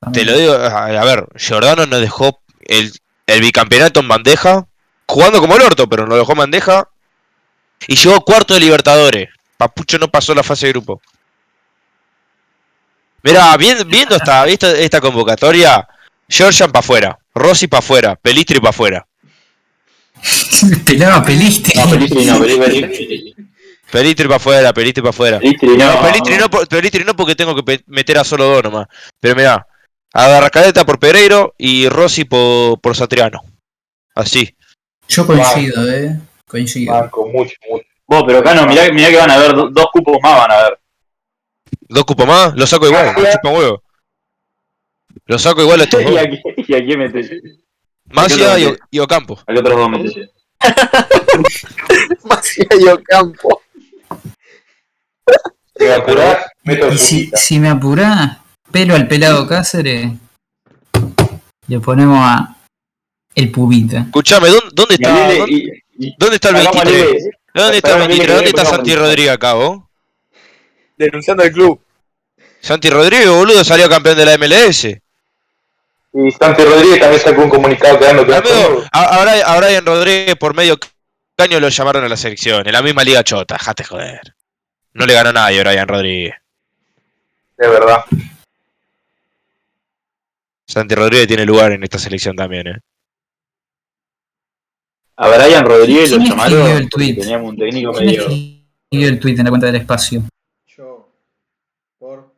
[SPEAKER 3] Para
[SPEAKER 4] Te
[SPEAKER 3] mí. <laughs>
[SPEAKER 4] lo digo, a a ver, Giordano nos dejó el, el bicampeonato en bandeja, jugando como el orto, pero nos dejó en bandeja. Y llegó cuarto de Libertadores. Papucho no pasó la fase de grupo. Mirá, vien- viendo esta, esta, esta convocatoria, Georgian para afuera, Rossi para afuera, Pelistri para afuera.
[SPEAKER 3] Pelaba peliste.
[SPEAKER 1] No, Pelistri no, Pelistri
[SPEAKER 4] Pelistri para afuera, Pelistri para afuera.
[SPEAKER 1] Pelistri no.
[SPEAKER 4] No, Pelistri no, por- Pelistri no porque tengo que pe- meter a solo dos nomás. Pero mirá, Agarracaleta por Pereiro y Rossi por, por Satriano. Así.
[SPEAKER 3] Yo coincido, eh. Coincido.
[SPEAKER 6] Marco, mucho, mucho.
[SPEAKER 1] Vos, pero acá no, mirá, mirá que van a haber do- dos cupos más, van a
[SPEAKER 4] <laughs>
[SPEAKER 1] ver.
[SPEAKER 4] Dos cupos más, lo saco igual, me chupa un huevo. Lo saco igual a
[SPEAKER 1] <laughs>
[SPEAKER 4] estos
[SPEAKER 1] ¿Y
[SPEAKER 4] dos.
[SPEAKER 1] a, quién- y a quién metes?
[SPEAKER 4] Macia y, O- y Ocampo.
[SPEAKER 1] ¿A qué otros dos metes?
[SPEAKER 5] Maciayo Campo.
[SPEAKER 6] Si me apurás, meto el
[SPEAKER 3] Y si,
[SPEAKER 6] puntita.
[SPEAKER 3] si me apurás, pelo al pelado Cáceres, le ponemos a el pubita.
[SPEAKER 4] Escuchame, ¿dó- ¿dónde, está,
[SPEAKER 1] Dale,
[SPEAKER 4] dónde,
[SPEAKER 1] y- y-
[SPEAKER 4] dónde está el
[SPEAKER 1] sacamos
[SPEAKER 4] 23?
[SPEAKER 1] libre.
[SPEAKER 4] ¿Dónde está el
[SPEAKER 1] sacamos el
[SPEAKER 4] 23? ¿Dónde
[SPEAKER 1] libre,
[SPEAKER 4] está
[SPEAKER 1] sacamos
[SPEAKER 4] Santi
[SPEAKER 1] el-
[SPEAKER 4] Rodríguez acá, vos?
[SPEAKER 5] Denunciando al club.
[SPEAKER 4] Santi Rodríguez, boludo, salió campeón de la MLS.
[SPEAKER 6] Y Santi Rodríguez también sacó un comunicado quedando que
[SPEAKER 4] Amigo, a, a Bri- a Brian Rodríguez por medio caño lo llamaron a la selección, en la misma liga chota, jate joder. No le ganó nadie a Brian Rodríguez.
[SPEAKER 6] de verdad.
[SPEAKER 4] Santi Rodríguez tiene lugar en esta selección también, eh.
[SPEAKER 1] A Brian Rodríguez lo
[SPEAKER 3] ¿Quién escribió
[SPEAKER 1] llamaron.
[SPEAKER 3] el
[SPEAKER 1] porque
[SPEAKER 3] tuit?
[SPEAKER 1] Teníamos un técnico
[SPEAKER 3] ¿Quién
[SPEAKER 1] medio.
[SPEAKER 3] escribió el tweet en la cuenta del espacio?
[SPEAKER 2] Yo, por.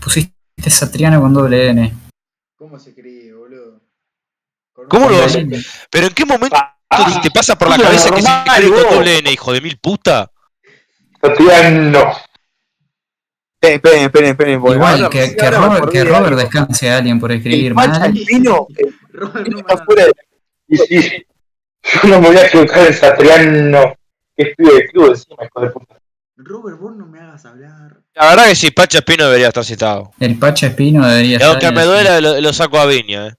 [SPEAKER 3] Pusiste Satriano con doble N.
[SPEAKER 2] ¿Cómo se escribe, boludo? Con
[SPEAKER 4] ¿Cómo
[SPEAKER 2] un-
[SPEAKER 4] lo vas a- Pero en qué momento
[SPEAKER 1] Ah,
[SPEAKER 4] te pasa por la
[SPEAKER 1] ah,
[SPEAKER 4] cabeza que se
[SPEAKER 1] normal,
[SPEAKER 4] escribe con
[SPEAKER 1] vos.
[SPEAKER 4] doble N, hijo de mil puta?
[SPEAKER 6] Tatiano.
[SPEAKER 5] Eh, esperen, esperen, esperen. porque
[SPEAKER 3] Igual,
[SPEAKER 5] ahora-
[SPEAKER 3] que, que
[SPEAKER 5] ahora me
[SPEAKER 3] Robert,
[SPEAKER 5] acordé
[SPEAKER 3] que
[SPEAKER 5] de
[SPEAKER 3] Robert
[SPEAKER 5] algo.
[SPEAKER 3] descanse a alguien por escribir
[SPEAKER 5] El Pacha
[SPEAKER 3] mal.
[SPEAKER 5] Alpino, el
[SPEAKER 2] Robert
[SPEAKER 5] Alpino
[SPEAKER 2] no
[SPEAKER 5] está
[SPEAKER 2] manda-
[SPEAKER 5] fuera de
[SPEAKER 6] Y sí, yo no me voy a equivocar en Satriano. Que es pibe de club encima, hijo de puta.
[SPEAKER 2] Robert, vos no me hagas hablar.
[SPEAKER 4] La verdad que si Pacha Espino debería estar citado.
[SPEAKER 3] El Pacha Espino debería
[SPEAKER 4] Y
[SPEAKER 3] estar.
[SPEAKER 4] aunque
[SPEAKER 3] en
[SPEAKER 4] me
[SPEAKER 3] el-
[SPEAKER 4] duela, lo, lo saco a Viña, eh.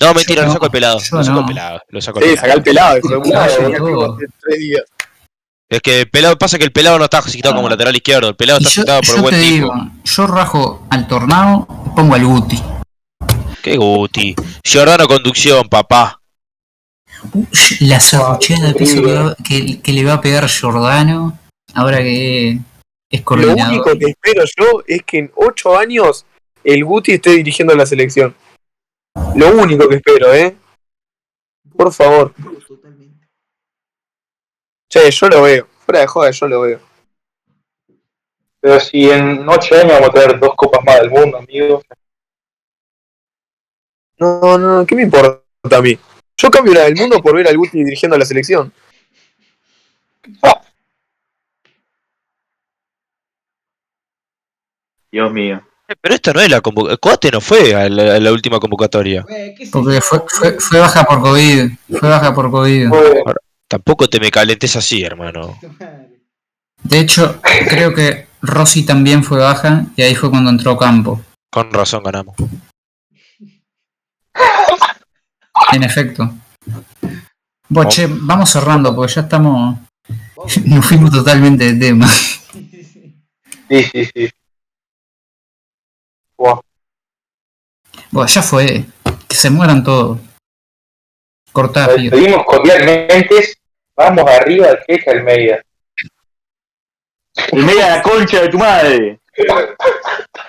[SPEAKER 4] No, mentira,
[SPEAKER 3] Yo
[SPEAKER 4] lo
[SPEAKER 3] no,
[SPEAKER 4] saco al pelado.
[SPEAKER 3] yo
[SPEAKER 4] Lo saco al
[SPEAKER 3] no.
[SPEAKER 4] pelado. Lo saco al
[SPEAKER 5] Sí,
[SPEAKER 4] pelado.
[SPEAKER 5] saca el pelado, hijo de
[SPEAKER 3] El
[SPEAKER 5] puta.
[SPEAKER 3] Pacha y
[SPEAKER 5] boludo,
[SPEAKER 3] todo.
[SPEAKER 5] hace tres días.
[SPEAKER 4] Es que el pelado, pasa que el pelado no está citado como lateral izquierdo, el pelado
[SPEAKER 3] Ah. Y
[SPEAKER 4] está
[SPEAKER 3] yo,
[SPEAKER 4] citado por
[SPEAKER 3] yo
[SPEAKER 4] buen
[SPEAKER 3] te
[SPEAKER 4] tipo.
[SPEAKER 3] digo, yo rajo al tornado, pongo al Guti.
[SPEAKER 4] Qué guti. Giordano conducción, papá.
[SPEAKER 3] Uy, La sabucheada que, eso le va- que, que le va a pegar Giordano, ahora que es
[SPEAKER 5] Lo
[SPEAKER 3] coordinador.
[SPEAKER 5] único que espero yo es que en ocho años el Guti esté dirigiendo la selección. Lo único que espero, ¿eh? Por favor.
[SPEAKER 2] Totalmente.
[SPEAKER 5] Che, yo lo veo. Fuera de joda, yo lo veo.
[SPEAKER 6] Pero si en ocho años vamos a tener dos copas más del mundo, amigo.
[SPEAKER 5] No, no, no, ¿qué me importa a mí? Yo cambio la del mundo por ver al Guti dirigiendo la selección.
[SPEAKER 1] Dios mío.
[SPEAKER 4] Eh, Pero esta no es la convocatoria. Coate no fue a la, a la última convocatoria.
[SPEAKER 2] Güey, ¿qué sé
[SPEAKER 3] Porque
[SPEAKER 2] yo,
[SPEAKER 3] fue, fue,
[SPEAKER 2] boludo? <laughs>
[SPEAKER 3] fue baja por COVID. Fue baja por COVID.
[SPEAKER 6] Fue-
[SPEAKER 4] Tampoco te me calentes así, hermano.
[SPEAKER 2] Madre.
[SPEAKER 3] De hecho, creo que Rossi también fue baja y ahí fue cuando entró Campo.
[SPEAKER 4] Con razón ganamos.
[SPEAKER 3] En efecto. Bueno, che, vamos cerrando porque ya estamos. <laughs> Nos fuimos totalmente de tema.
[SPEAKER 6] Sí, sí, sí.
[SPEAKER 3] Bueno, ya fue. Que se mueran todos. Cortá,
[SPEAKER 6] Nos
[SPEAKER 3] pibe.
[SPEAKER 6] despedimos cordialmente. Vamos arriba al queja al media.
[SPEAKER 1] El media de la concha de tu madre.